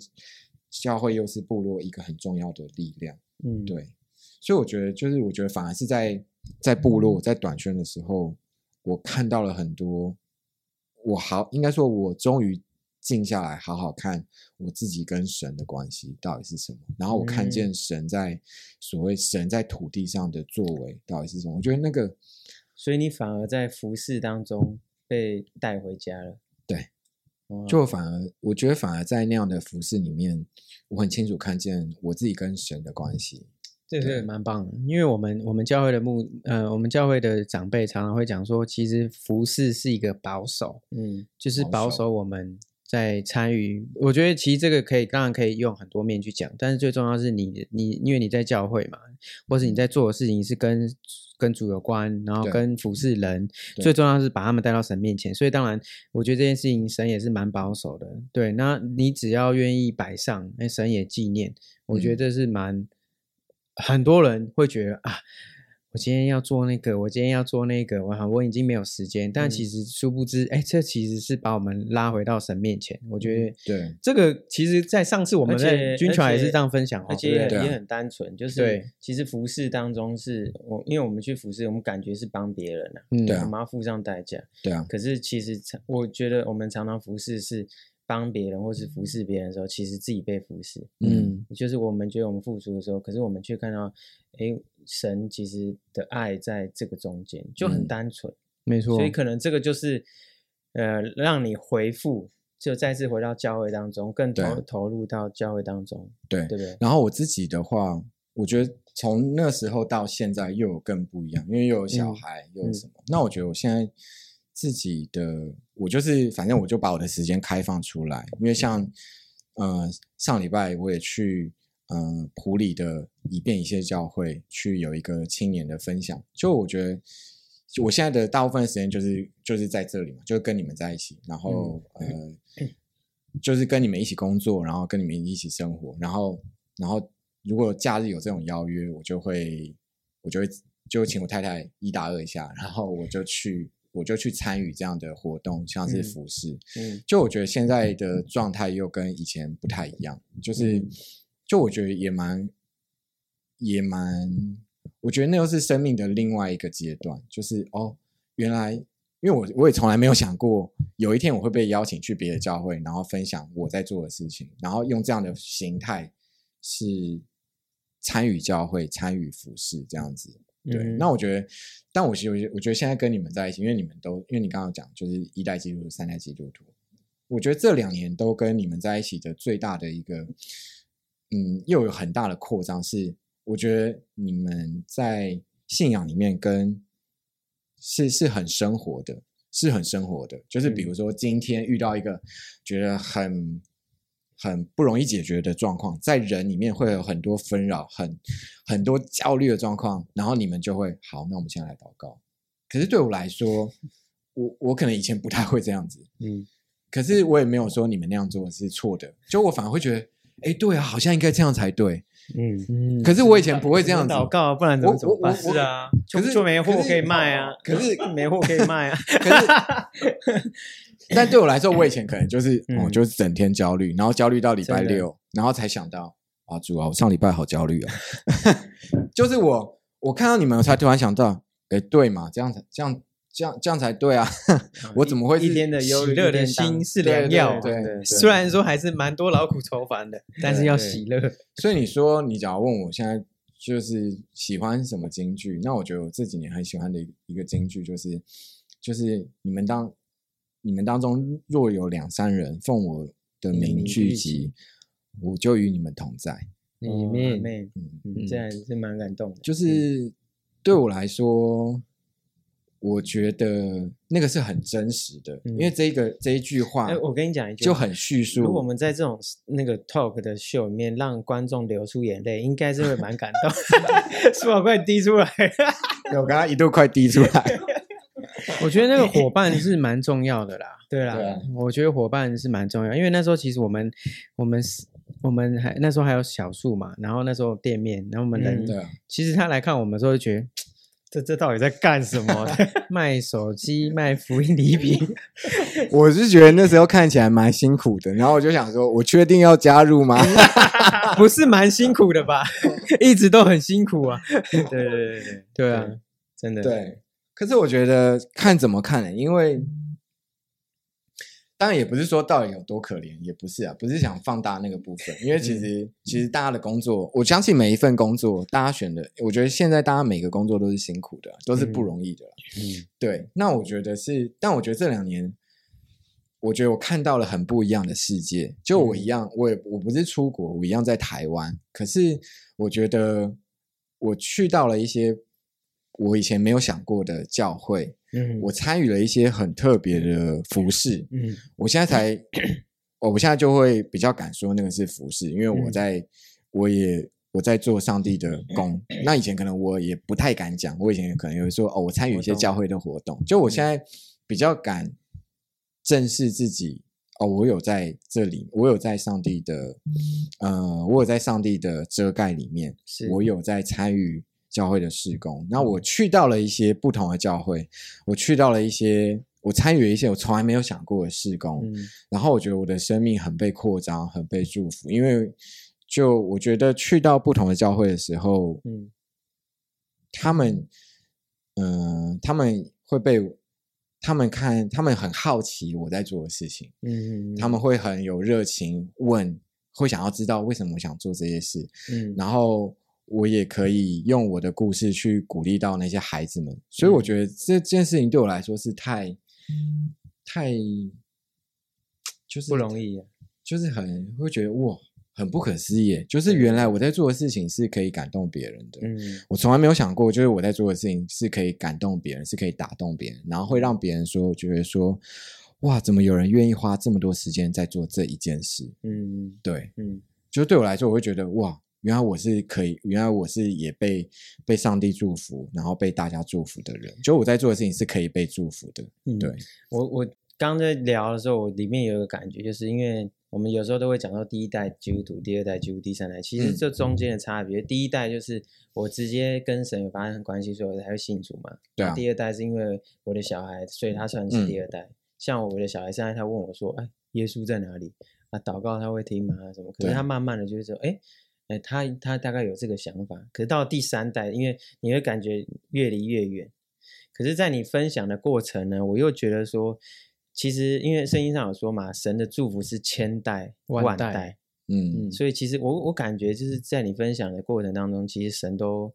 教会又是部落一个很重要的力量。嗯对，所以我觉得就是，我觉得反而是在在部落在短宣的时候，我看到了很多，我好应该说，我终于静下来，好好看我自己跟神的关系到底是什么，然后我看见神在、所谓神在土地上的作为到底是什么，我觉得那个所以你反而在服饰当中被带回家了。对哇，就反而我觉得反而在那样的服饰里面，我很清楚看见我自己跟神的关系，这这个个蛮棒的，因为我们我们教会的牧呃，我们教会的长辈常常会讲说，其实服饰是一个保守，嗯就是保保守守我们在参与。我觉得其实这个可以，当然可以用很多面去讲，但是最重要是你你，因为你在教会嘛，或是你在做的事情是跟跟主有关，然后对跟服侍人，对最重要是把他们带到神面前。所以当然，我觉得这件事情神也是蛮保守的。对，那你只要愿意摆上，哎，嗯神也纪念。我觉得这是蛮、很多人会觉得啊，我今天要做那个，我今天要做那个，我好，我已经没有时间。但嗯其实殊不知，哎、这其实是把我们拉回到神面前。我嗯觉得对，这个其实，在上次我们而在且军团也是这样分享哦，而对不且对？啊也很单纯，就是对其实服饰当中是我，因为我们去服饰，我们感觉是帮别人啊，嗯对啊我们要付上代价。对啊，可是其实常我觉得我们常常服侍是帮别人或是服侍别人的时候，其实自己被服侍。嗯，就是我们觉得我们付出的时候，可是我们却看到，哎，神其实的爱在这个中间就很嗯单纯，没错所。以可能这个就是，呃，让你回复，就再次回到教会当中，更投对投入到教会当中，对对不对？然后我自己的话，我觉得从那时候到现在又有更不一样，因为又有小孩，又有什么。那我觉得我现在自己的，我就是反正我就把我的时间开放出来，因为像呃上礼拜我也去呃普里的以便一些教会去有一个青年的分享，就我觉得。我现在的大部分时间就是就是在这里嘛，就是跟你们在一起，然后、呃，就是跟你们一起工作，然后跟你们一起生活，然后然后如果假日有这种邀约，我就会我就会就请我太太一打二一下，然后我就去我就去参与这样的活动，像是嗯服饰，嗯，就我觉得现在的状态又跟以前不太一样，就是、就我觉得也蛮也蛮，我觉得那又是生命的另外一个阶段，就是哦，原来因为我我也从来没有想过有一天我会被邀请去别的教会，然后分享我在做的事情，然后用这样的形态是参与教会、参与服饰这样子。对，嗯那我觉得，但我其实我觉得现在跟你们在一起，因为你们都，因为你刚刚讲就是一代基督徒、三代基督徒，我觉得这两年都跟你们在一起的最大的一个，嗯，又有很大的扩张是，我觉得你们在信仰里面跟是是很生活的，是很生活的，就是比如说今天遇到一个觉得很很不容易解决的状况，在人里面会有很多纷扰，很很多焦虑的状况，然后你们就会好，那我们先来祷告。可是对我来说，我我可能以前不太会这样子，嗯，可是我也没有说你们那样做是错的，就我反而会觉得，哎，对啊，好像应该这样才对。嗯，嗯，可是我以前不会这样子，祷告啊，不然怎我么怎么我办？我我是啊，就可是就没货可是哦可以卖啊，可是没货可以卖啊， 但对我来说，我以前可能就是我、哦、嗯就是整天焦虑，然后焦虑到礼拜真的六，然后才想到啊，主啊，我上礼拜好焦虑哦。 就是我我看到你们，我才突然想到，哎，对嘛，这样才这样这样这样才对啊。 我怎么会是一一天的忧虑，喜乐的一天当心是良药啊对对对虽然说还是蛮多劳苦愁烦的，但是要喜乐。所以你说，你只要问我现在就是喜欢什么京剧，那我觉得我这几年很喜欢的一一个京剧就是，就是你们当你们当中若有两三人奉我的名名聚聚集，我就与你们同在。里哦面，妹嗯，嗯，这样是蛮感动的，就是对我来说，我觉得那个是很真实的，因为这个这一句啊话嗯哎，我跟你讲一句就话很叙述。如果我们在这种那个 talk 的秀里面让观众流出眼泪，应该是会蛮感动， 是我快滴出来 了。我刚刚一度快滴出 来，我觉得那个伙伴是蛮重要的啦。对啦，对啊我觉得伙伴是蛮重要，因为那时候其实我们我们是我们还那时候还有小树嘛，然后那时候有店面，然后我们人、嗯对啊，其实他来看我们的时候就觉得这这到底在干什么？ 卖手机、卖福音礼品， 我是觉得那时候看起来蛮辛苦的，然后我就想说，我确定要加入吗？不是蛮辛苦的 吧？一直都很辛苦啊。 对对对对对啊，真的，对，可是我觉得看怎么看呢、因为当然也不是说到底有多可怜，也不是啊，不是想放大那个部分，因为其实、其实大家的工作，我相信每一份工作，大家选的，我觉得现在大家每个工作都是辛苦的，都是不容易的。嗯，对，那我觉得是，但我觉得这两年，我觉得我看到了很不一样的世界。就我一样，我也我不是出国，我一样在台湾。可是我觉得我去到了一些我以前没有想过的教会，嗯我参与了一些很特别的服饰。嗯我现在才，我我现在就会比较敢说那个是服饰，因为我嗯在、我也我在做上帝的 工。那以前可能我也不太敢讲，我以前可能也会说哦，我参与一些活动嗯教会的活动。就我现在比较敢正视自己。哦，我有在这里，我有在上嗯帝的，呃，我有在上帝的遮盖里面，是我有在参与教会的事工。那嗯我去到了一些不同的教会，我去到了一些，我参与了一些我从来没有想过的事工。嗯然后我觉得我的生命很被扩张，很被祝福，因为就我觉得去到不同的教会的时候，嗯他们，嗯、他们会被他们看，他们很好奇我在做的事情，嗯，他们会很有热情问，会想要知道为什么我想做这些事，嗯然后我也可以用我的故事去鼓励到那些孩子们，所嗯以我觉得这件事情对我来说是太太就是不容易啊、就是很会觉得哇，很不可思议耶，就是原来我在做的事情是可以感动别人的。嗯我从来没有想过，就是我在做的事情是可以感动别人，是可以打动别人，然后会嗯让别人说，我觉得说，哇，怎么有人愿意花这么多时间在做这一件事？嗯对，嗯就对我来说，我会觉得哇，原来我是可以，原来我是也被被上帝祝福，然后被大家祝福的人。就我在做的事情是可以被祝福的。嗯对，我我刚在聊的时候，我里面有一个感觉，就是因为我们有时候都会讲到第一代基督徒、第二代基督徒、第三代，其实嗯这中间的差别，第一代就是我直接跟神有发生关系，所以我才会信主嘛。对啊，嗯第二代是因为我的小孩，所以他算是第二代。像我的小孩现在，他问我说：“哎，耶稣在哪里？”啊，祷告他会听吗？什么？可对是他慢慢的就是说，哎。哎，他他大概有这个想法，可是到第三代，因为你会感觉越离越远，可是，在你分享的过程呢，我又觉得说，其实因为圣经上有说嘛，神的祝福是千代万万代嗯，嗯所以其实我我感觉就是在你分享的过程当中，其实神都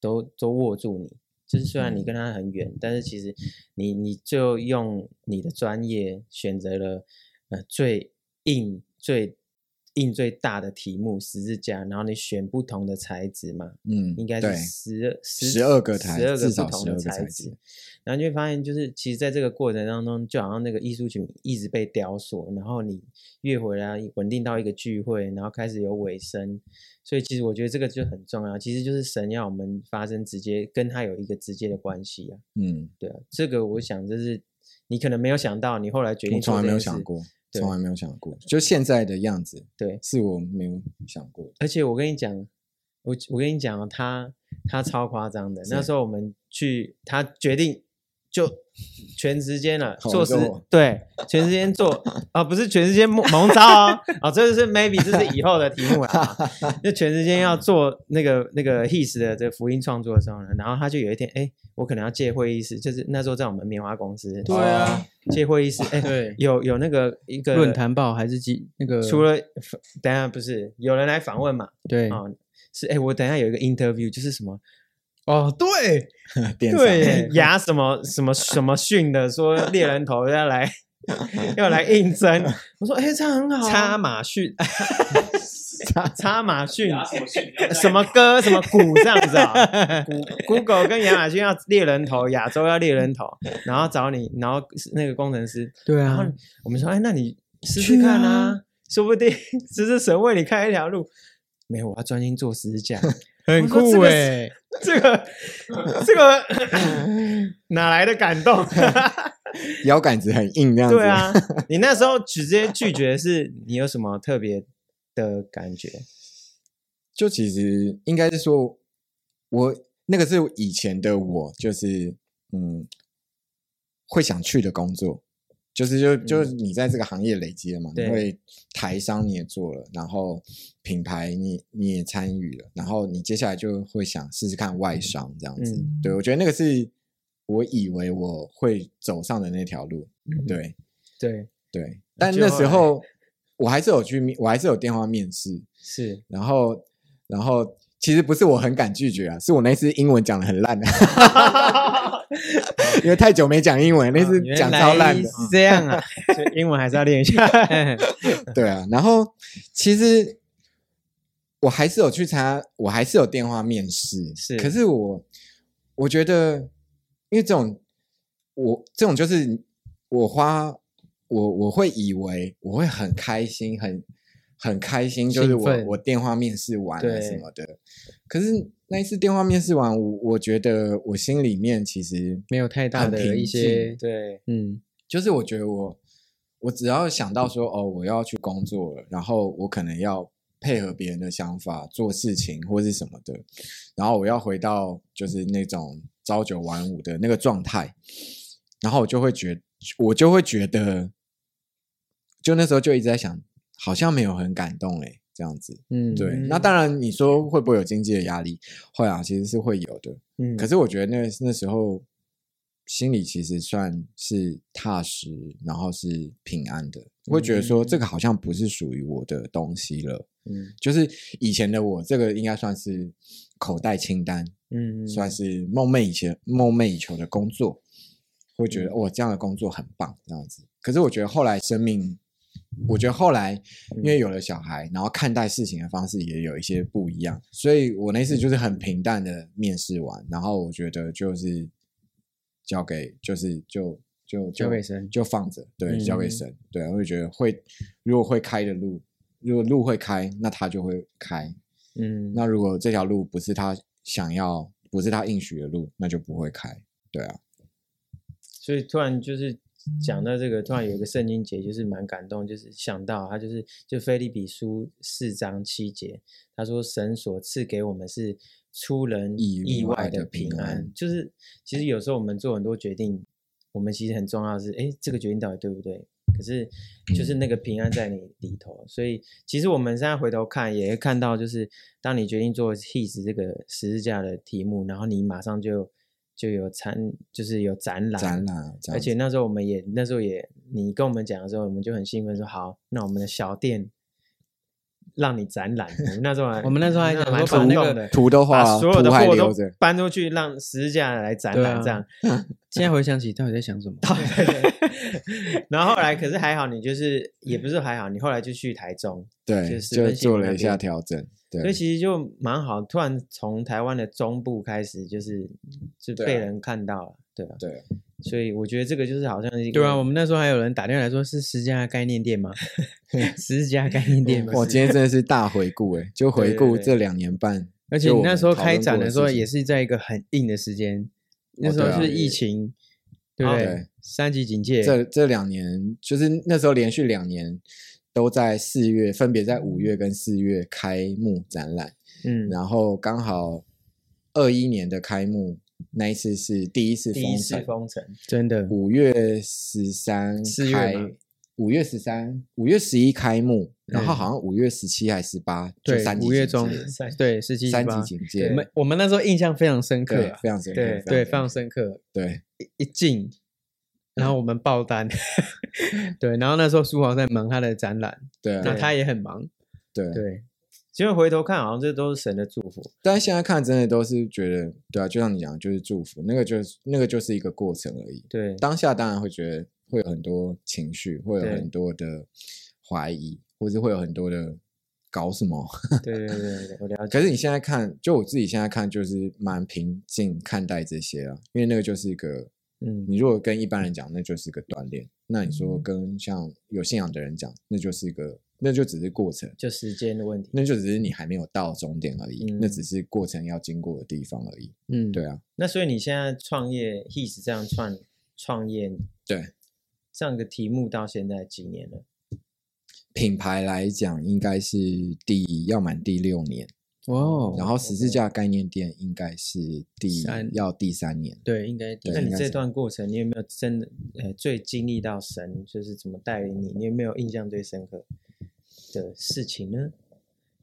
都都握住你，就是虽然你跟他很远，但是其实你你最后用你的专业选择了呃最硬最硬最大的题目十字架，然后你选不同的材质嘛，嗯，应该对是十二十二个台十二至个少不同12的个材材质质，然后你会发现，就是其实在这个过程当中，就好像那个艺术品一直被雕塑，然后你越回来稳定到一个聚会，然后开始有尾声，所以其实我觉得这个就很重要，其实就是神要我们发生直接跟他有一个直接的关系啊，嗯，对啊，这个我想就是你可能没有想到，你后来决定我从做来这没有件事想，过，对从来没有想过，就现在的样子对，是我没有想过的。而且我跟你讲，我我跟你讲啊，他他超夸张的。那时候我们去，他决定就全时间了，好做我时跟我对全时间做啊，不是全时间蒙蒙招 啊，啊，这就是 maybe 这是以后的题目了啊。就全时间嗯要做那个那个 his 的这个福音创作的时候呢，然后他就有一天，哎，我可能要借会议室，就是那时候在我们棉花公司，对啊，借会议室， 哎，对有有那个一 个论。坛报还是几那个除了，等一下不是有人来访问嘛？对啊、是哎、诶我等一下有一个 interview，就是什么哦对 啊电商对牙什么什么什么训的，说猎人头要 来要来应 征。我说哎、诶这样很好、啊，插马逊， 插马逊，什么歌什么鼓这样子 啊、鼓 Google 跟亚马逊要猎人头，亚 洲要猎人头，然后找你，然后那个工程师，对然后啊，我们说哎、那你试去试看啊啊，说不定 只是神为你开一条路。没有，我要专心做十字架。很我说这酷个哎， 这个这个 哪来的感动？腰杆子很硬，这样子。对，啊，你那时候直接拒绝，是你有什么特别的感觉？就其实应该是说，我那个是以前的我，就是嗯，会想去的工作，就是就就是你在这个行业累积了嘛，嗯对因为台商你也做了，然后品牌你你也参与了，然后你接下来就会想试试看外商这样子。嗯对我觉得那个是我以为我会走上的那条路，对。对，对，但嗯就那后时来候我还是有去面，我还是有电话面试，是然后然后其实不是我很敢拒绝啊，是我那次英文讲的很烂的，啊 因为太久没讲英文，那次哦讲超烂的，啊是这样啊，所以英文还是要练一 下。对啊。然后其实我还是有去参加，我还是有电话面试，是可是我我觉得，因为这种我这种就是我花。我我会以为我会很开心，很很开心，就是兴我奋我电话面试完了对什么的。可是那一次电话面试完，我我觉得我心里面其实没有太大很的平一静些对，嗯就是我觉得我我只要想到说哦，我要去工作了，然后我可能要配合别人的想法做事情或是什么的，然后我要回到就是那种朝九晚五的那个状态，然后我就会觉，我就会觉得，就那时候就一直在想，好像没有很感动哎、这样子。嗯，对，嗯那当然你说会不会有经济的压力？会啊，其实是会有的。嗯，可是我觉得那那时候心里其实算是踏实，然后是平安的，会觉得说这个好像不是属于我的东西了。嗯就是以前的我，这个应该算是口袋清单，嗯，算是梦寐以前梦寐以求的工作，会觉嗯得哇、这样的工作很棒这样子。可是我觉得后来生命，我觉得后来嗯因为有了小孩，然后看待事情的方式也有一些不一样，所以我那次就是嗯很平淡的面试完，然后我觉得就是交给就是就就就交给神就放着，对，嗯交给神，对，我就觉得会如果会开的路，如果路会开，那他就会开，嗯，那如果这条路不是他想要，不是他应许的路，那就不会开。对啊，所以突然就是讲到这个，突然有一个圣经节，就是蛮感动，就是想到他就是就菲利比书四章七节，他说神所赐给我们是出人意意外外的的平平安安，就是其实有时候我们做很多决定，我们其实很重要的是，哎，这个决定到底对不对？可是嗯就是那个平安在你里头，所以其实我们现在回头看，也会看到，就是当你决定做 His 这个十字架的题目，然后你马上就就有参，就是有展览，展览，这样哎而且那时候我们也那时候也你跟我们讲的时候，我们就很兴奋说好，那我们的小店让你展览。 我们那时候还我们那时候还想说蛮把感那动个的，图都画把了，所有的图还货留都着。搬出去，让十字架来展对览啊这样。现在回想起到底在想什么？然后后来可是还好，你就是也不是还好，你后来就去台中，对，就是分就析做那了一下边调整。所以对，其实就蛮好。突然从台湾的中部开始，就是就对啊被人看到了，对吧、对，所以我觉得这个就是好像是一个对啊，我们啊那时候还有人打电话来说是十字架概念店 吗？十字架概念店吗？我今天真的是大回顾，哎，就回顾对对这两年半。而且就你我们那时候讨开论展过的哦的时候事情也是在一个很硬的时间，那时对候啊是疫情，对不哦对对？三级警戒，这这两年就是那时候连续两年都在四月，分别在五月跟四月开幕展览。嗯，然后刚好二一年的开幕那一次是第一次第一封次城，封城，真的，五月十三四月开嘛，五月十三、五月十一开幕，然后嗯好像五月十七还十八，就对三，级五月警中戒三，对，十七三八级，警戒，我们我们那时候印象非常深刻对啊，非常深刻，对对，非深常刻深刻，对一进，然嗯后我们爆 单，对，然后那时候苏豪在忙他的展览，对那啊他也很忙，对对，结果回头看，好像这都是神的祝福。但现在看真的都是觉得，对啊，就像你讲的，就是祝福，那个就是那个就是一个过程而已，对，当下当然会觉得会有很多情绪，会有对很多的怀疑，或是会有很多的搞什么。对对对对对，我了解。可是你现在看，就我自己现在看，就是蛮平静看待这些啊，因为那个就是一个，嗯，你如果跟一般人讲，那就是一个锻炼；那你嗯说跟像有信仰的人讲，那就是一个，那就只是过程，就时间的问题。那就只是你还没有到终点而已，嗯那只是过程要经过的地方而已。嗯，对啊，那所以你现在创业，His 这样创创业对这样一个题目到现在几年了？品牌来讲，应该是第要满第六年。哇哦，然后十字架概念店应该是第三要第三年，对，应该对那应你该这是段过程，你有没有真的呃最经历到神就是怎么带领你？你有没有印象最深刻的事情呢？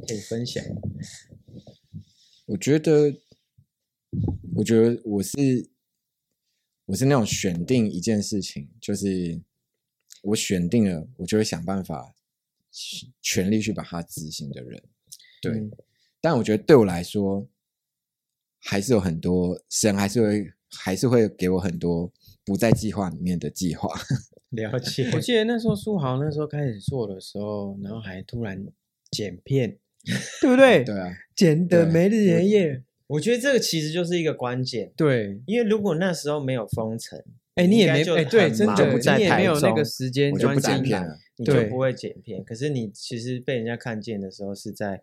可以分享。我觉得，我觉得我是我是那种选定一件事情，就是我选定了，我就会想办法全力去把它执行的人。对，嗯但我觉得对我来说，还是有很多神还是会还是会给我很多不在计划里面的计划。了解。我记得那时候苏豪那时候开始做的时候，然后还突然剪片，对不对？对 啊，剪得对没日没夜。我觉得这个其实就是一个关键，对，因为如果那时候没有封城，哎，你也应该没就哎，对，很真忙的不在你也台没有那中个时间我就专不心剪打片了。你就对不会剪片。可是你其实被人家看见的时候是在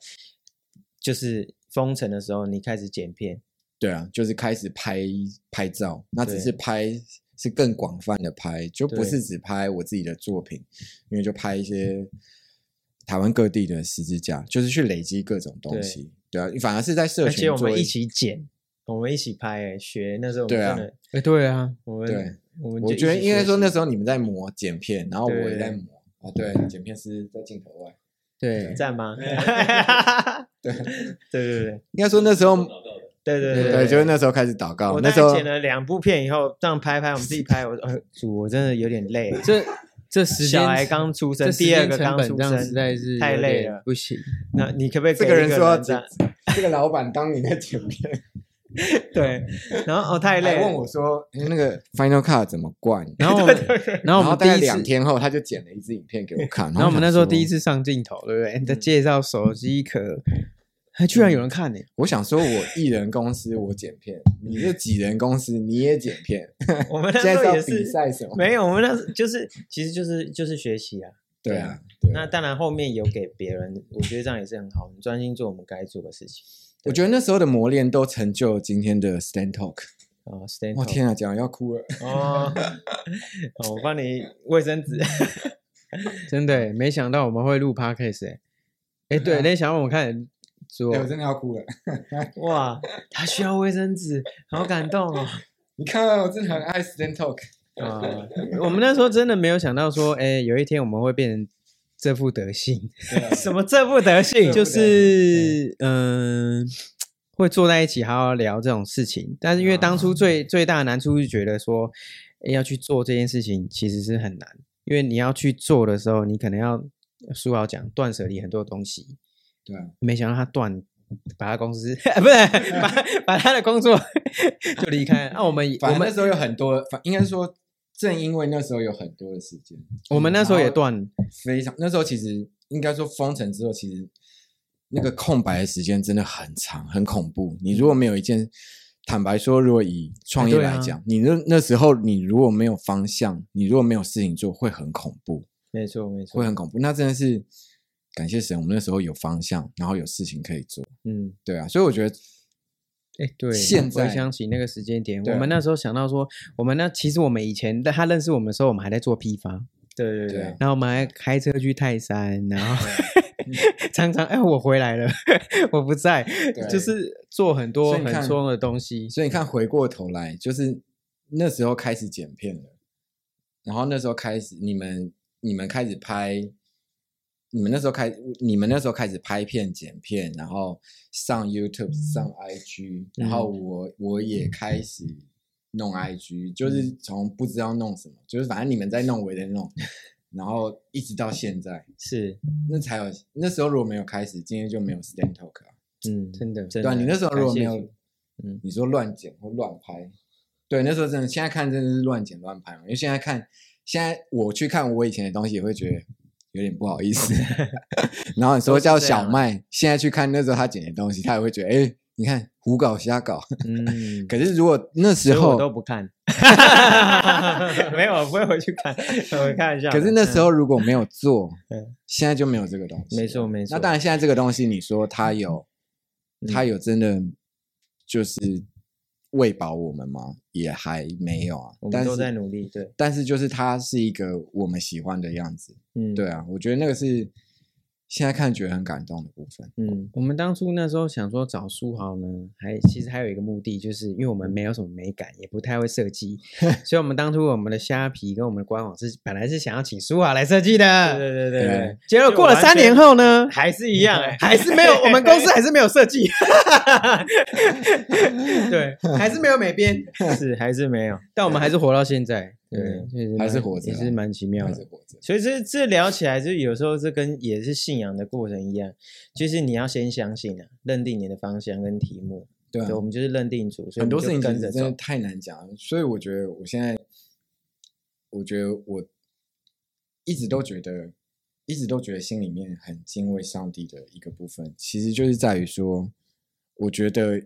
就是封城的时候，你开始剪片，对啊，就是开始拍拍照，那只对是拍是更广泛的拍，就不对是只拍我自己的作品，因为就拍一些台湾各地的十字架，就是去累积各种东西。对啊，反而是在社而群且我做们一起剪，我们一起拍、欸，学那时候我们对啊真的，哎，对啊，我们对，我们就我觉得一起应该学说习那时候你们在磨剪片，然后我对也在磨啊，对，剪片是在镜头外。对，赞吗？对 对对应该说那时候，对对对，对，就是那时候开始祷告，我那大时候概剪了两部片以后，这样拍拍，我们自己拍，我说呃，主我真的有点累， 这这时间小孩刚出生，这时第二间个成刚本出这样生实在是太有累点了。不 行。那你可不可以这给个一人说要这剪样这个老板当你在剪片，对，然后哦太还累了，问我说哎那个 Final Cut 怎么灌？然后我们，然后然我后们大第概一两次，天后他就剪了一支影片给我 看，然后我们那想时候第一说，次上镜头，对不对？嗯在介绍手机壳，还居然有人看呢。我想说我一人公司我剪片，你这几人公司你也剪 片，嗯我们那现在时是候要也比是赛什么？没有，我们那时就是其实就是就是学习啊。对啊，那当然后面有给别人，我觉得这样也是很好，我们专心做我们该做的事情。我觉得那时候的磨练都成就了今天的 Stand Talk。哦，stand，我 tall 天啊，讲得要哭了。哦， 哦我帮你卫生纸。欸真的耶，没想到我们会录 podcast 哎，哎，对，那想让我们看说 哎，我真的要哭了！哇，他需要卫生纸，好感动哦！你看，啊我真的很爱 Stand Talk。啊， 我们那时候真的没有想到说，哎，有一天我们会变成这副德性， 什么啊这副德性？就就是是嗯、会坐在一起好好聊这种事情。但是因为当啊初最、最大的难处是觉得说、哎要去做这件事情其实是很难，因为你要去做的时候，你可能要书豪讲断舍离很多东西。对啊，没想到他断。把他公司 不是把把他的工作 就离开，啊那、我 们我反正们那时候有很多，反应该说，正因为那时候有很多的时间，我们那时候也然后断，非常那时候其实应该说封城之后，其实那个空白的时间真的很长，很恐怖。你如果没有一件，坦白说，如果以创业嗯对啊来讲，你那那时候你如果没有方向，你如果没有事情做，会很恐怖，没错没会错，很恐怖。那真的是感谢神，我们那时候有方向，然后有事情可以做。嗯，对啊，所以我觉得哎、对，现回在想起那个时间点，对我们啊那时候想到说，我们那其实我们以前他认识我们的时候，我们还在做批发，对对对对啊，然后我们还开车去泰山，然 后常常哎，我回来了，我不在，就是做很多所以你很看重要的东西。所以你看，回过头来，就是那时候开始剪片了，然后那时候开始你们你们开始拍，你们那时候开你们那时候开始拍片剪片，然后上 YouTube 上 IG，然后我我也开始弄 IG，就是从不知道弄什么，就是反正你们在弄，我也在弄，然后一直到现在，是，那才有那时候如果没有开始，今天就没有 Stand Talk 啊。嗯，真的真对啊，你那时候如果没感谢有 主，嗯你说乱剪或乱拍，对，那时候真的，现在看真的是乱剪乱拍嘛，因为现在看，现在我去看我以前的东西，也会觉得有点不好意 思。然后你说叫啊小麦，现在去看那时候他剪的东西，他也会觉得，哎，你看胡搞瞎搞。嗯，可是如果那时所以我都候，不 看，没有，我不会回去看，我看一下。可是嗯那时候如果没有做 嗯，现在就没有这个东西。没错没错，嗯那当然，现在这个东西，你说它有，它有真的就是喂饱我们吗？也还没有啊。嗯我但们是都在努力，对，但是就是它是一个我们喜欢的样子。嗯，对，啊，我觉得那个是现在看觉得很感动的部分。嗯，我们当初那时候想说找书豪呢，还其实还有一个目的，就是因为我们没有什么美感，也不太会设 计，所以我们当初我们的虾皮跟我们的官网是本来是想要请书豪来设计对的，对对对对，结果就过了完三年全后呢， 还是一样哎，还是没有，我们公司还是没有设 计，对，还是没有美编，是还是没有，但我们还是活到现在，对，嗯确实还蛮是活着也啦是蛮奇妙还的是。活着。所以这这聊起来，就有时候这跟也是信仰的过程一样，就是你要先相信啊，认定你的方向跟题目。对啊对，我，们就是认定主，所以很我们多就事情其跟着实真的走。太难讲了，所以我觉得我现在，我觉得我一直都觉得，一直都觉得心里面很敬畏上帝的一个部分，其实就是在于说，我觉得，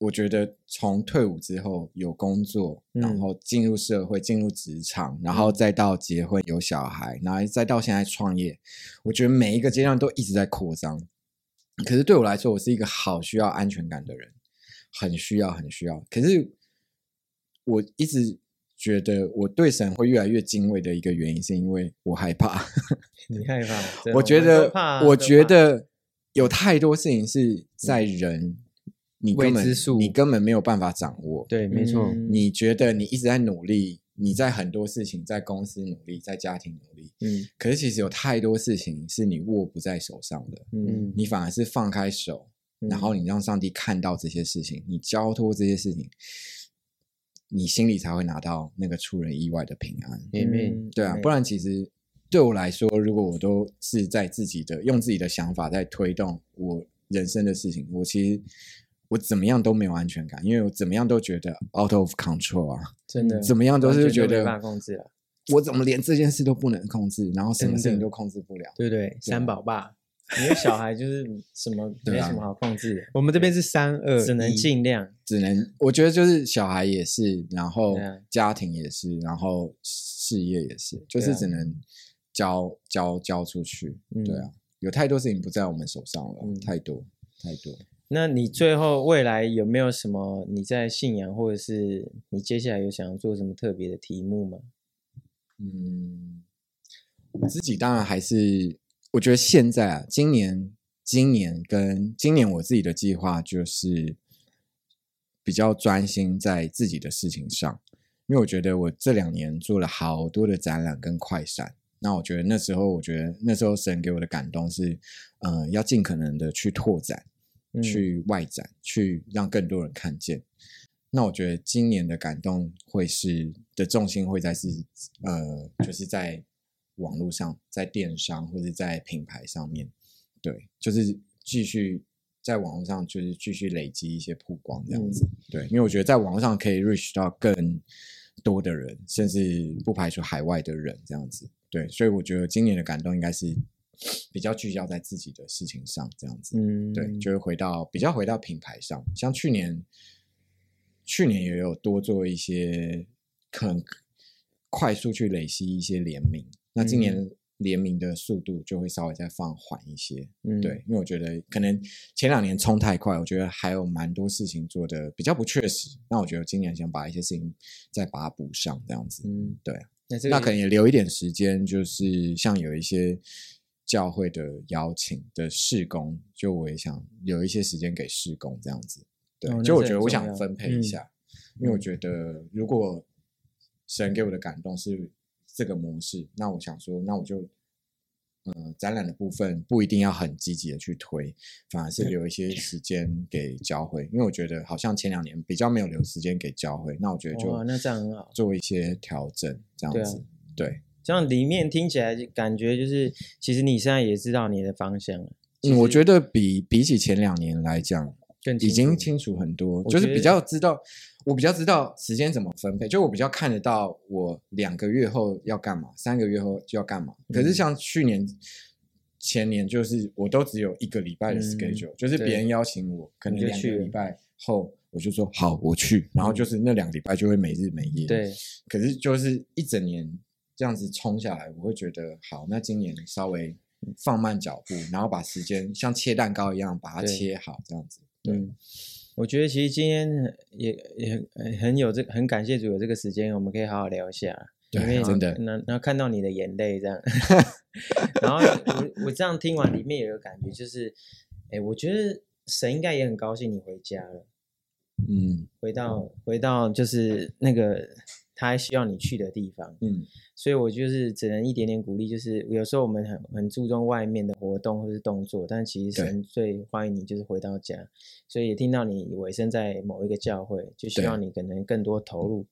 我觉得从退伍之后有工作，然嗯后进入社会、进入职场，然后再到结婚、有小孩，然后再到现在创业，我觉得每一个阶段都一直在扩张。可是对我来说，我是一个好需要安全感的人，很需要，很需要。可是我一直觉得我对神会越来越敬畏的一个原因，是因为我害怕。你害怕？真的我觉们都得怕啊，我都怕觉得有太多事情是在人，你未根本知数你根本没有办法掌握。对，没错，嗯你觉得你一直在努力，你在很多事情，在公司努力，在家庭努力，嗯可是其实有太多事情是你握不在手上的，嗯你反而是放开手，嗯然后你让上帝看到这些事情，你交托这些事情，你心里才会拿到那个出人意外的平安。也没对啊，不然其实对我来说，如果我都是在自己的用自己的想法在推动我人生的事情，我其实我怎么样都没有安全感，因为我怎么样都觉得 out of control 啊，真的怎么样都完是全觉都没办法得控制了。我怎么连这件事都不能控制，然后什么事真情的都控制不了。对不对？三宝 爸，你的小孩就是什么对没啊什么好控制的，我们这边是三二，只能一，尽量。只能我觉得就是小孩也是，然后对啊家庭也是，然后事业也是，就对是啊只能交交交出去。嗯对啊，有太多事情不在我们手上了，嗯太多太多。那你最后未来有没有什么你在信仰或者是你接下来有想要做什么特别的题目吗？嗯，我自己当然还是，我觉得现在啊，今年今年跟今年我自己的计划就是比较专心在自己的事情上，因为我觉得我这两年做了好多的展览跟快闪。那我觉得那时候，我觉得那时候神给我的感动是，呃，要尽可能的去拓展、嗯去外展、去让更多人看见。那我觉得今年的感动会是的重心会在是呃，就是在网络上，在电商或者在品牌上面，对，就是继续在网络上就是继续累积一些曝光这样子，对，因为我觉得在网络上可以 reach 到更多的人，甚至不排除海外的人这样子，对，所以我觉得今年的感动应该是比较聚焦在自己的事情上这样子，嗯，对，就会回到比较回到品牌上，像去年，去年也有多做一些可能快速去累积一些联名，那今嗯年联名的速度就会稍微再放缓一些，嗯，对，因为我觉得可能前两年冲太快，我觉得还有蛮多事情做的比较不确实，那我觉得今年想把一些事情再把它补上，这样子，嗯，对。啊那这个那可能也留一点时间，就是像有一些教会的邀请的事工，就我也想留一些时间给事工这样子。对，哦那就我这觉得很我重想要分配一嗯下，因为我觉得如果神给我的感动是这个模式，那我想说，那我就。呃，展览的部分不一定要很积极的去推，反而是留一些时间给教会，因为我觉得好像前两年比较没有留时间给教会，那我觉得就哇哦那这样很好做一些调整，这对样啊子，对，这样里面听起来就感觉就是，其实你现在也知道你的方向了。嗯，我觉得比比起前两年来讲，更已清经楚清楚很多，我就是觉比得较知道，我比较知道时间怎么分配，就我比较看得到我两个月后要干嘛，三个月后就要干嘛。可嗯是像去年、前年，就是我都只有一个礼拜的嗯 schedule，、就是对别人邀请我，可能你就两个去了嗯礼拜后我就说好，我去，然后就是那两个礼拜就会没日没夜。，对，可是就是一整年这样子冲下来，我会觉得好，那今年稍微放慢脚步，然后把时间像切蛋糕一样把它对切好，这样子。对嗯，我觉得其实今天也也很很有这很感谢主有这个时间，我们可以好好聊一下。 对因为真的那那看到你的眼 泪这样，然后我我这样听完里面有个感觉就是，哎，我觉得神应该也很高兴你回家了，嗯回到回到就是那个他还希望你去的地方。嗯所以我就是只能一点点鼓励，就是有时候我们很很注重外面的活动或是动作，但其实对神最欢迎你就是回到家。所以也听到你委身在某一个教会，就希对望你可能更多投入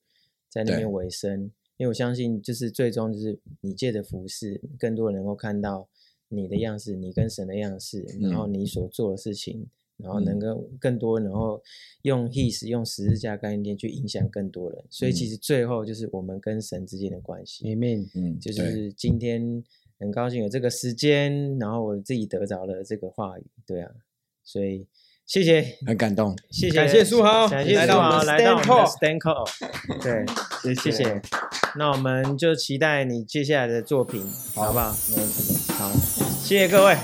在那对边委身，因为我相信就是最终就是你借着服饰，更多人能够看到你的样式，你跟神的样式，然嗯后你所做的事情。然后能够更多，然后用 his 用十字架概念去影响更多人，所以其嗯实最后就是我们跟神之间的关系。里面嗯，就对是今天很高兴有这个时间，然后我自己得着了这个话语，对啊，所以谢谢，很感动。谢谢，感谢书豪感谢来书到我豪们来到我们 Stand 的 Call Stand Call，对，谢谢，那我们就期待你接下来的作品，好不好？好，谢谢各位，